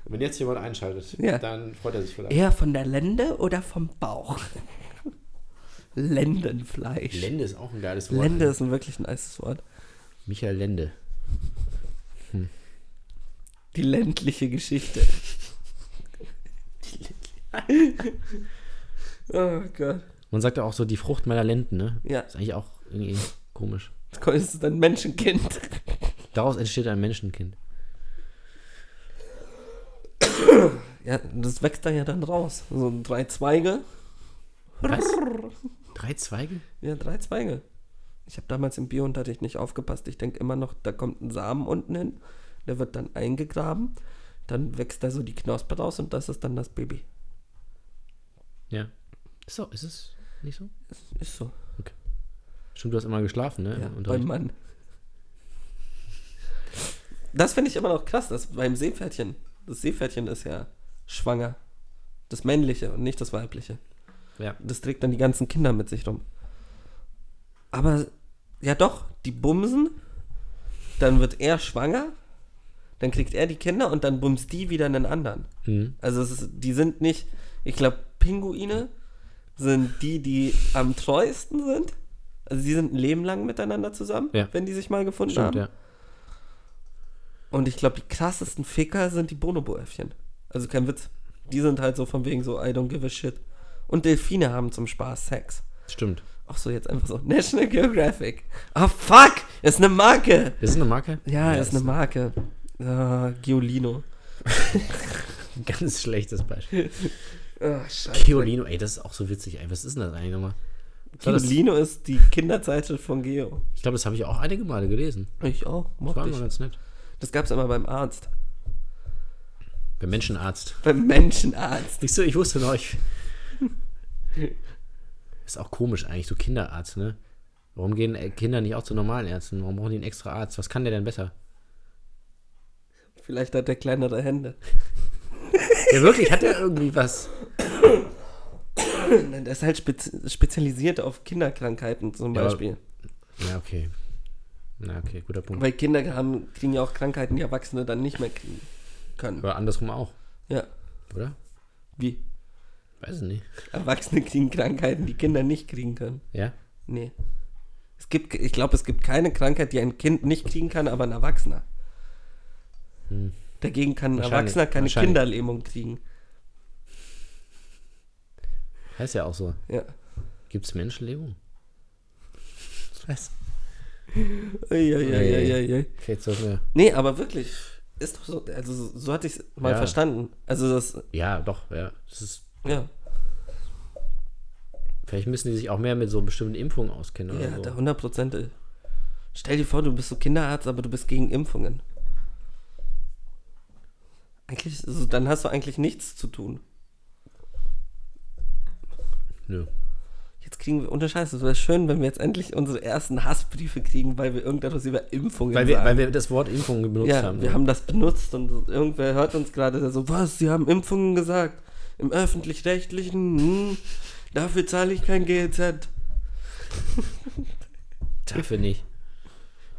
Speaker 4: Wenn jetzt jemand einschaltet,
Speaker 3: Ja.
Speaker 4: dann freut er sich vielleicht.
Speaker 3: Eher von der Lende oder vom Bauch? Lendenfleisch.
Speaker 4: Lende ist auch ein geiles Wort.
Speaker 3: Lende ist ein wirklich nices Wort.
Speaker 4: Michael Lende.
Speaker 3: Die ländliche Geschichte. oh Gott.
Speaker 4: Man sagt ja auch so, die Frucht meiner Lenden, ne?
Speaker 3: Ja.
Speaker 4: Ist eigentlich auch irgendwie komisch.
Speaker 3: Jetzt ist es ein Menschenkind.
Speaker 4: Daraus entsteht ein Menschenkind.
Speaker 3: Ja, das wächst dann ja dann raus. So drei Zweige.
Speaker 4: Was? Drei Zweige?
Speaker 3: Ja, drei Zweige. Ich habe damals im Biounterricht nicht aufgepasst. Ich denke immer noch, da kommt ein Samen unten hin. Der wird dann eingegraben. Dann wächst da so die Knospe raus und das ist dann das Baby.
Speaker 4: Ja. Ist so, ist es nicht so?
Speaker 3: Ist so.
Speaker 4: Stimmt, du hast immer geschlafen, ne?
Speaker 3: Ja,
Speaker 4: Im
Speaker 3: beim
Speaker 4: Unterricht.
Speaker 3: Mann. Das finde ich immer noch krass, dass beim Seepferdchen, das Seepferdchen ist ja schwanger. Das männliche und nicht das weibliche.
Speaker 4: Ja.
Speaker 3: Das trägt dann die ganzen Kinder mit sich rum. Aber, ja doch, die bumsen, dann wird er schwanger, dann kriegt er die Kinder und dann bumst die wieder einen anderen.
Speaker 4: Mhm.
Speaker 3: Also es ist, die sind nicht, ich glaube, Pinguine sind die, die am treuesten sind. Also sie sind ein Leben lang miteinander zusammen,
Speaker 4: Ja.
Speaker 3: wenn die sich mal gefunden
Speaker 4: Stimmt,
Speaker 3: haben.
Speaker 4: ja.
Speaker 3: Und ich glaube, die krassesten Ficker sind die Bonobo-Äffchen. Also kein Witz. Die sind halt so von wegen so, I don't give a shit. Und Delfine haben zum Spaß Sex.
Speaker 4: Stimmt.
Speaker 3: Ach so, jetzt einfach so. (laughs) National Geographic. Ah, fuck! Ist eine Marke!
Speaker 4: Ist es eine Marke?
Speaker 3: Ja, ist eine Marke. Ah, Giolino.
Speaker 4: Ein (laughs) ganz schlechtes Beispiel.
Speaker 3: Ah, scheiße.
Speaker 4: Keolino, ey, das ist auch so witzig. Ey, was ist denn das eigentlich nochmal? Was war das?
Speaker 3: Giolino ist die Kinderzeitschrift von Geo.
Speaker 4: Ich glaube, das habe ich auch einige Male gelesen.
Speaker 3: Ich auch,
Speaker 4: Das war
Speaker 3: mochte
Speaker 4: immer
Speaker 3: ich.
Speaker 4: ganz nett.
Speaker 3: Das gab's immer beim Arzt.
Speaker 4: Der Menschenarzt.
Speaker 3: Beim Menschenarzt.
Speaker 4: Siehst du, ich wusste noch. Ich (laughs) ist auch komisch eigentlich, so Kinderarzt, ne? Warum gehen äh, Kinder nicht auch zu normalen Ärzten? Warum brauchen die einen extra Arzt? Was kann der denn besser?
Speaker 3: Vielleicht hat der kleinere Hände.
Speaker 4: Ja, wirklich, hat der irgendwie was?
Speaker 3: Nein, Der ist halt spez spezialisiert auf Kinderkrankheiten zum
Speaker 4: Ja,
Speaker 3: Beispiel.
Speaker 4: Ja, okay. Na, okay, guter Punkt.
Speaker 3: Weil Kinder haben, kriegen ja auch Krankheiten, die Erwachsene dann nicht mehr kriegen können.
Speaker 4: Aber andersrum auch,
Speaker 3: Ja.
Speaker 4: oder?
Speaker 3: Wie?
Speaker 4: Weiß ich nicht.
Speaker 3: Erwachsene kriegen Krankheiten, die Kinder nicht kriegen können.
Speaker 4: Ja?
Speaker 3: Nee. Es gibt, ich glaube, es gibt keine Krankheit, die ein Kind nicht kriegen kann, aber ein Erwachsener. Dagegen kann ein
Speaker 4: Hm. Wahrscheinlich,
Speaker 3: Erwachsener keine
Speaker 4: wahrscheinlich.
Speaker 3: Kinderlähmung kriegen.
Speaker 4: Heißt ja auch so.
Speaker 3: Ja.
Speaker 4: Gibt es Menschenlebung? Scheiße.
Speaker 3: Uiuiuiui.
Speaker 4: Vielleicht sollten wir.
Speaker 3: Nee, aber wirklich. Ist doch so, also so- so hatte ich es mal
Speaker 4: Ja.
Speaker 3: verstanden. Also das,
Speaker 4: Ja, doch, ja. Das ist,
Speaker 3: ja,
Speaker 4: vielleicht müssen die sich auch mehr mit so bestimmten Impfungen auskennen oder
Speaker 3: ja,
Speaker 4: so.
Speaker 3: da 100 Prozent. Stell dir vor, du bist so Kinderarzt, aber du bist gegen Impfungen. Eigentlich, also dann hast du eigentlich nichts zu tun.
Speaker 4: Nö.
Speaker 3: Jetzt kriegen wir, ohne Scheiß, es wäre schön, wenn wir jetzt endlich unsere ersten Hassbriefe kriegen, weil wir irgendetwas über Impfungen
Speaker 4: Weil wir,
Speaker 3: sagen.
Speaker 4: weil wir das Wort Impfung benutzt
Speaker 3: ja,
Speaker 4: haben. ne?
Speaker 3: wir haben das benutzt und irgendwer hört uns gerade der so, was, sie haben Impfungen gesagt. Im Öffentlich-Rechtlichen, hm, dafür zahle ich kein GEZ.
Speaker 4: Dafür nicht.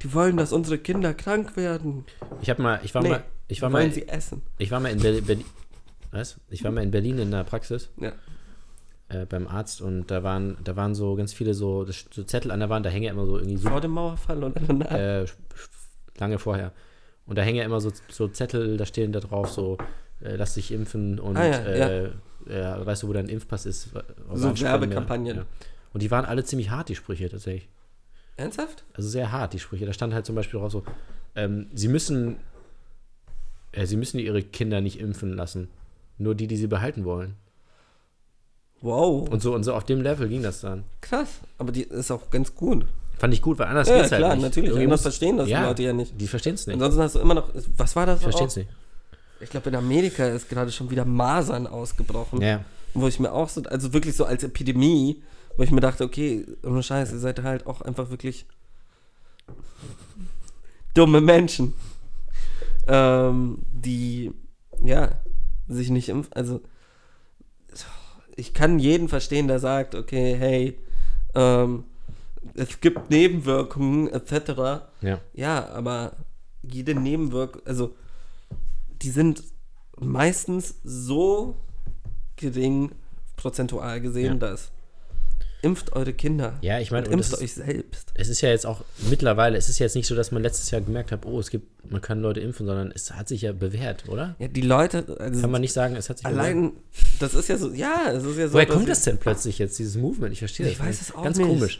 Speaker 3: Die wollen, dass unsere Kinder krank werden.
Speaker 4: Ich habe mal, ich war
Speaker 3: Nee,
Speaker 4: mal, ich war
Speaker 3: die
Speaker 4: mal,
Speaker 3: wollen sie essen.
Speaker 4: ich war mal in Berlin, Berlin was? Ich war mal in Berlin in der Praxis
Speaker 3: Ja.
Speaker 4: äh, beim Arzt und da waren, da waren so ganz viele so, das, so Zettel an der Wand, da hängen ja immer so irgendwie so
Speaker 3: Vor dem Mauerfall oder danach.
Speaker 4: äh, lange vorher. Und da hängen ja immer so, so Zettel, da stehen da drauf so, äh, lass dich impfen und
Speaker 3: Ah, ja,
Speaker 4: äh, äh, weißt du, wo dein Impfpass ist. So
Speaker 3: So Werbekampagnen.
Speaker 4: Ja. Und die waren alle ziemlich hart, die Sprüche tatsächlich.
Speaker 3: Ernsthaft?
Speaker 4: Also sehr hart, die Sprüche. Da stand halt zum Beispiel drauf so, ähm, sie müssen, äh, sie müssen ihre Kinder nicht impfen lassen. Nur die, die sie behalten wollen.
Speaker 3: Wow.
Speaker 4: Und so, und so auf dem Level ging das dann.
Speaker 3: Krass. Aber die ist auch ganz gut.
Speaker 4: Fand ich gut, weil anders
Speaker 3: Ja,
Speaker 4: geht's
Speaker 3: klar,
Speaker 4: halt nicht.
Speaker 3: natürlich.
Speaker 4: Irgendwie
Speaker 3: Anders
Speaker 4: muss-
Speaker 3: verstehen das die Leute ja nicht.
Speaker 4: Die verstehen es nicht.
Speaker 3: Ansonsten hast du immer noch. Was war das?
Speaker 4: Ich verstehe es nicht.
Speaker 3: Ich glaube, in Amerika ist gerade schon wieder Masern ausgebrochen.
Speaker 4: Ja.
Speaker 3: Wo ich mir auch so, also wirklich so als Epidemie, wo ich mir dachte, okay, ohne Scheiß, ihr seid halt auch einfach wirklich dumme Menschen, ähm, die, ja, sich nicht impfen, also ich kann jeden verstehen, der sagt, okay, hey, ähm, es gibt Nebenwirkungen etc.
Speaker 4: ja.
Speaker 3: Ja, aber jede Nebenwirkung, also die sind meistens so gering prozentual gesehen,
Speaker 4: Ja.
Speaker 3: dass impft eure Kinder.
Speaker 4: Ja, ich meine,
Speaker 3: Und
Speaker 4: und das
Speaker 3: impft
Speaker 4: ist-
Speaker 3: euch selbst.
Speaker 4: es ist ja jetzt auch mittlerweile, es ist jetzt nicht so, dass man letztes Jahr gemerkt hat, oh, es gibt, man kann Leute impfen, sondern es hat sich ja bewährt, oder?
Speaker 3: Ja, die Leute, also
Speaker 4: Kann man nicht sagen, es hat sich bewährt.
Speaker 3: allein, das ist ja so, ja, es ist ja so.
Speaker 4: Woher
Speaker 3: dass-
Speaker 4: kommt das denn plötzlich jetzt, dieses Movement? Ich verstehe
Speaker 3: Ich
Speaker 4: das
Speaker 3: weiß
Speaker 4: nicht.
Speaker 3: es auch
Speaker 4: Ganz
Speaker 3: nicht.
Speaker 4: komisch.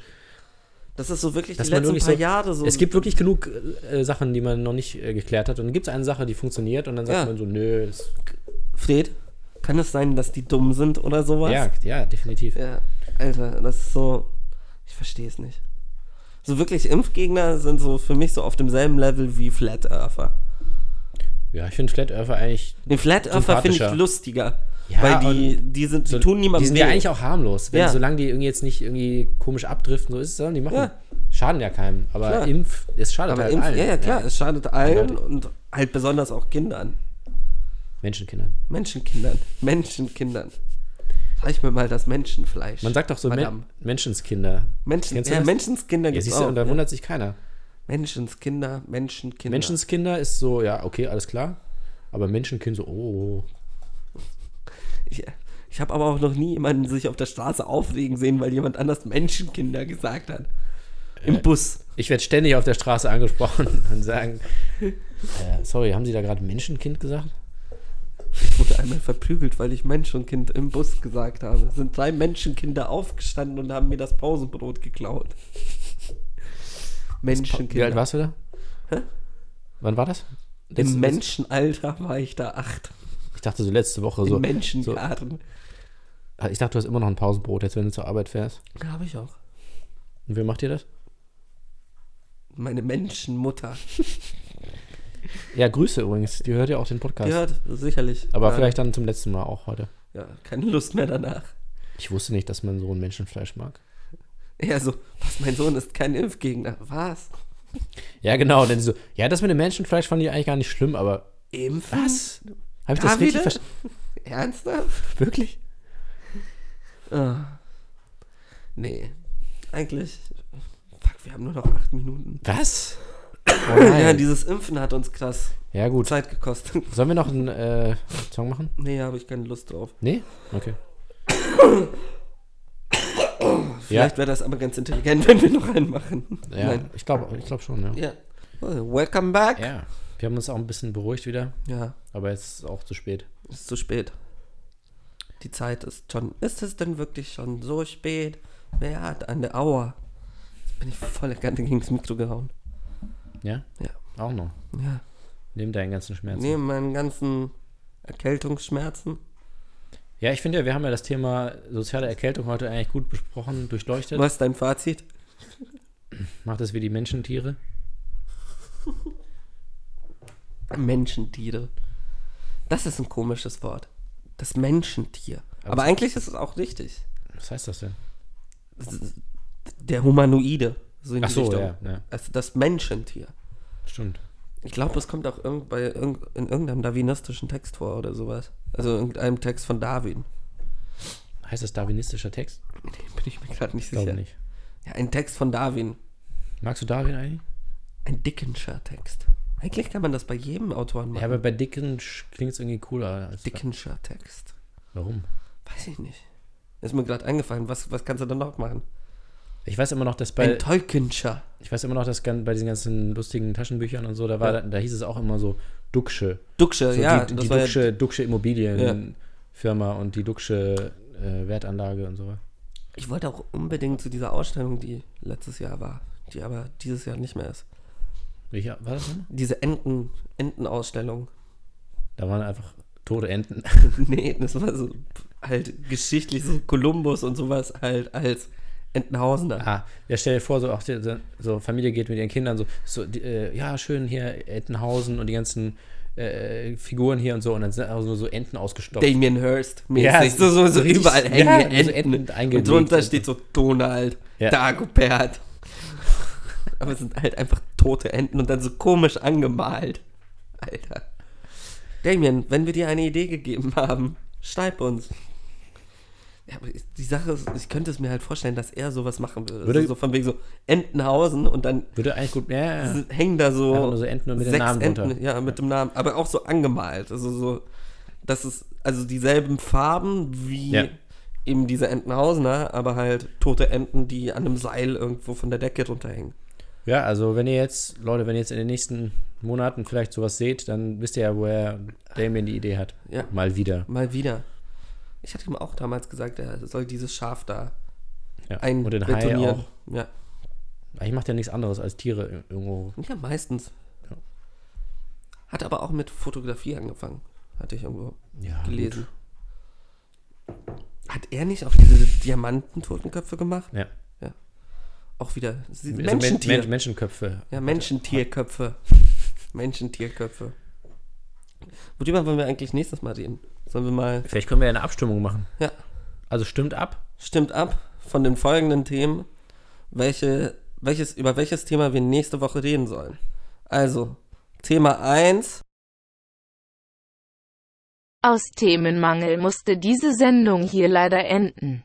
Speaker 3: Das ist so wirklich
Speaker 4: Dass
Speaker 3: die
Speaker 4: man
Speaker 3: letzten
Speaker 4: wirklich
Speaker 3: paar
Speaker 4: so,
Speaker 3: Jahre so.
Speaker 4: Es gibt wirklich genug äh, Sachen, die man noch nicht äh, geklärt hat. Und dann gibt es eine Sache, die funktioniert und dann sagt
Speaker 3: Ja.
Speaker 4: man so, nö, das,
Speaker 3: Fred, kann es sein, dass die dumm sind oder sowas?
Speaker 4: ja, ja, definitiv.
Speaker 3: Ja, Alter, das ist so. Ich verstehe es nicht. So wirklich Impfgegner sind so für mich so auf demselben Level wie Flat Earther.
Speaker 4: Ja, ich finde Flat Earther eigentlich,
Speaker 3: Den Flat Earther finde ich
Speaker 4: Sympathischer.
Speaker 3: lustiger.
Speaker 4: Ja,
Speaker 3: weil die, die, sind, die
Speaker 4: so,
Speaker 3: tun niemandem
Speaker 4: die sind ja
Speaker 3: weh.
Speaker 4: eigentlich auch harmlos. Wenn,
Speaker 3: Ja.
Speaker 4: Solange die irgendwie jetzt nicht irgendwie komisch abdriften, so ist es, sondern die machen,
Speaker 3: Ja.
Speaker 4: schaden ja keinem. Aber
Speaker 3: Klar.
Speaker 4: Impf, es schadet
Speaker 3: Aber
Speaker 4: halt
Speaker 3: Impf,
Speaker 4: allen.
Speaker 3: ja, ja, klar, es schadet allen
Speaker 4: Eindeutig.
Speaker 3: und halt besonders auch Kindern.
Speaker 4: Menschenkindern.
Speaker 3: Menschenkindern. Menschenkindern. Reich mir mal das Menschenfleisch.
Speaker 4: Man sagt doch so
Speaker 3: Madame.
Speaker 4: Men Menschenskinder.
Speaker 3: Menschen,
Speaker 4: Kennst du
Speaker 3: ja,
Speaker 4: das?
Speaker 3: Menschenskinder
Speaker 4: Ja,
Speaker 3: gibt's
Speaker 4: siehst du,
Speaker 3: auch,
Speaker 4: und da
Speaker 3: ja.
Speaker 4: wundert sich keiner.
Speaker 3: Menschenskinder, Menschenkinder.
Speaker 4: Menschenskinder ist so, ja, okay, alles klar. Aber Menschenkind so, oh.
Speaker 3: Ich, ich habe aber auch noch nie jemanden sich auf der Straße aufregen sehen, weil jemand anders Menschenkinder gesagt hat.
Speaker 4: Äh.
Speaker 3: Im Bus.
Speaker 4: Ich werde ständig auf der Straße angesprochen (laughs) und sagen, äh, sorry, haben Sie da gerade Menschenkind gesagt?
Speaker 3: Ich wurde einmal verprügelt, weil ich Mensch und Kind im Bus gesagt habe. Es sind drei Menschenkinder aufgestanden und haben mir das Pausenbrot geklaut. Menschenkinder.
Speaker 4: Wie alt warst du da? Wann war das? Letzte-
Speaker 3: Im Menschenalter war ich da acht.
Speaker 4: Ich dachte so letzte Woche so.
Speaker 3: Im Menschenjahren.
Speaker 4: Ah, Ich dachte, du hast immer noch ein Pausenbrot, jetzt wenn du zur Arbeit fährst.
Speaker 3: Da habe ich auch.
Speaker 4: Und wer macht dir das?
Speaker 3: Meine Menschenmutter.
Speaker 4: Ja, Grüße übrigens. Die hört ja auch den Podcast.
Speaker 3: Die hört, sicherlich.
Speaker 4: Aber
Speaker 3: ja,
Speaker 4: vielleicht dann zum letzten Mal auch heute.
Speaker 3: Ja, keine Lust mehr danach.
Speaker 4: Ich wusste nicht, dass mein Sohn Menschenfleisch mag.
Speaker 3: Ja, so, was, mein Sohn ist kein Impfgegner. Was?
Speaker 4: Ja, genau. Denn so, ja, das mit dem Menschenfleisch fand ich eigentlich gar nicht schlimm, aber
Speaker 3: Impfen?
Speaker 4: was? Habe ich
Speaker 3: Da
Speaker 4: das richtig
Speaker 3: wieder?
Speaker 4: verstanden?
Speaker 3: Ernsthaft? (laughs)
Speaker 4: Wirklich?
Speaker 3: Ah. Nee. Eigentlich. Fuck, wir haben nur noch acht Minuten.
Speaker 4: Was? Oh
Speaker 3: (coughs)
Speaker 4: nein.
Speaker 3: Ja,
Speaker 4: ja,
Speaker 3: dieses Impfen hat uns krass
Speaker 4: gut.
Speaker 3: Zeit gekostet. (laughs)
Speaker 4: Sollen wir noch einen äh, Song machen?
Speaker 3: Nee, habe ich keine Lust drauf.
Speaker 4: Nee?
Speaker 3: (coughs)
Speaker 4: Okay.
Speaker 3: Vielleicht wäre das aber ganz intelligent, (laughs) wenn wir noch einen machen.
Speaker 4: Ja, ich glaube ich glaub schon, ja.
Speaker 3: Ja. Oh, Welcome back. Ja.
Speaker 4: Ja. Wir haben uns auch ein bisschen beruhigt wieder, aber jetzt ist es auch zu spät.
Speaker 3: ist zu spät. Die Zeit ist schon. Ist es denn wirklich schon so spät? Wer hat an der Auer? Jetzt bin ich voll gerne gegen das Mikro gehauen.
Speaker 4: Ja?
Speaker 3: Ja.
Speaker 4: Auch noch.
Speaker 3: Ja.
Speaker 4: Nimm deinen ganzen Schmerz.
Speaker 3: Neben meinen ganzen Erkältungsschmerzen.
Speaker 4: Ja, ich finde ja, wir haben ja das Thema soziale Erkältung heute eigentlich gut besprochen, durchleuchtet.
Speaker 3: Was ist dein Fazit?
Speaker 4: Macht es wie die Menschentiere.
Speaker 3: Menschentiere. Das ist ein komisches Wort. Das Menschentier. Aber, eigentlich ist es auch richtig.
Speaker 4: Was heißt das denn?
Speaker 3: Der Humanoide. So in
Speaker 4: Ach
Speaker 3: die
Speaker 4: so,
Speaker 3: Richtung.
Speaker 4: ja, ja.
Speaker 3: Also das Menschentier.
Speaker 4: Stimmt.
Speaker 3: Ich glaube, es kommt auch irgend bei, irgend, in irgendeinem darwinistischen Text vor oder sowas. Also irgendeinem Text von Darwin. (laughs)
Speaker 4: Heißt das darwinistischer Text?
Speaker 3: Bin ich mir gerade nicht
Speaker 4: Glaube
Speaker 3: sicher.
Speaker 4: nicht.
Speaker 3: Ja, ein Text von Darwin.
Speaker 4: Magst du Darwin eigentlich?
Speaker 3: Ein Dickenscher Text. Eigentlich kann man das bei jedem Autoren machen.
Speaker 4: Ja, aber bei Dickens klingt es irgendwie cooler. Als
Speaker 3: Dickenscher Text.
Speaker 4: Warum?
Speaker 3: Weiß ich nicht. Ist mir gerade eingefallen. Was, was kannst du dann noch machen?
Speaker 4: Ich weiß immer noch, dass bei
Speaker 3: Ein Tolkienscher.
Speaker 4: ich weiß immer noch, dass gan- bei diesen ganzen lustigen Taschenbüchern und so, da war da, da hieß es auch immer so Ducksche.
Speaker 3: Ducksche,
Speaker 4: So
Speaker 3: ja.
Speaker 4: die,
Speaker 3: das
Speaker 4: die
Speaker 3: war ja-
Speaker 4: Ducksche, Ducksche Immobilienfirma und die Ducksche äh, Wertanlage und so.
Speaker 3: Ich wollte auch unbedingt zu dieser Ausstellung, die letztes Jahr war, die aber dieses Jahr nicht mehr ist.
Speaker 4: Welche war das denn?
Speaker 3: Diese Enten, Entenausstellung. (laughs)
Speaker 4: Da waren einfach tote Enten. (laughs)
Speaker 3: nee, das war so halt geschichtlich so Kolumbus und sowas halt als Entenhausener.
Speaker 4: Ah, ja, stell dir vor, so, auch die, so- so Familie geht mit ihren Kindern so, so die, äh, ja, schön hier Entenhausen und die ganzen äh, Figuren hier und so und dann sind auch nur so Enten ausgestopft.
Speaker 3: Damien Hirst mäßig.
Speaker 4: Ja,
Speaker 3: so, so, so
Speaker 4: richtig-
Speaker 3: überall
Speaker 4: ja,
Speaker 3: hängen
Speaker 4: so Enten
Speaker 3: Enten. und
Speaker 4: eingelegt
Speaker 3: drunter
Speaker 4: und
Speaker 3: steht so Donald,
Speaker 4: Ja.
Speaker 3: Dagobert. (laughs) aber es sind halt einfach tote Enten und dann so komisch angemalt. Alter. Damien, wenn wir dir eine Idee gegeben haben, schreib uns. Ja, aber ich- die Sache ist, ich könnte es mir halt vorstellen, dass er sowas machen würde.
Speaker 4: Würde-
Speaker 3: so, so von wegen so Entenhausen und dann
Speaker 4: Würde eigentlich gut, ja, ja, ja.
Speaker 3: sind- hängen da so,
Speaker 4: Äh. Einfach nur so Enten und mit dem Namen drunter.
Speaker 3: Enten, ja, mit dem Namen, aber auch so angemalt, also so, das ist, also dieselben Farben wie
Speaker 4: Ja.
Speaker 3: eben diese Entenhausener, aber halt tote Enten, die an einem Seil irgendwo von der Decke runterhängen.
Speaker 4: ja, also wenn ihr jetzt, Leute, wenn ihr jetzt in den nächsten Monaten vielleicht sowas seht, dann wisst ihr ja, woher Damien die Idee hat.
Speaker 3: Ja.
Speaker 4: Mal wieder.
Speaker 3: Mal wieder. Ich hatte ihm auch damals gesagt, er soll dieses Schaf da
Speaker 4: Ja. und den Hai
Speaker 3: einbetonieren.
Speaker 4: auch.
Speaker 3: Ja.
Speaker 4: Eigentlich macht er nichts anderes als Tiere ir- irgendwo.
Speaker 3: ja, meistens.
Speaker 4: Ja.
Speaker 3: Hat aber auch mit Fotografie angefangen, hatte ich irgendwo
Speaker 4: Ja,
Speaker 3: gelesen. Hat er nicht auch diese Diamanten-Totenköpfe gemacht?
Speaker 4: Ja.
Speaker 3: Auch wieder. Sie-
Speaker 4: Also Men-
Speaker 3: Menschentier.
Speaker 4: Men Menschenköpfe.
Speaker 3: ja,
Speaker 4: (laughs)
Speaker 3: Menschentierköpfe. Menschentierköpfe. Worüber wollen wir eigentlich nächstes Mal reden? Sollen wir mal.
Speaker 4: Vielleicht können wir ja eine Abstimmung machen.
Speaker 3: Ja,
Speaker 4: Also stimmt ab.
Speaker 3: stimmt ab von den folgenden Themen, welche, welches, über welches Thema wir nächste Woche reden sollen. Also, Thema 1.
Speaker 2: Aus Themenmangel musste diese Sendung hier leider enden.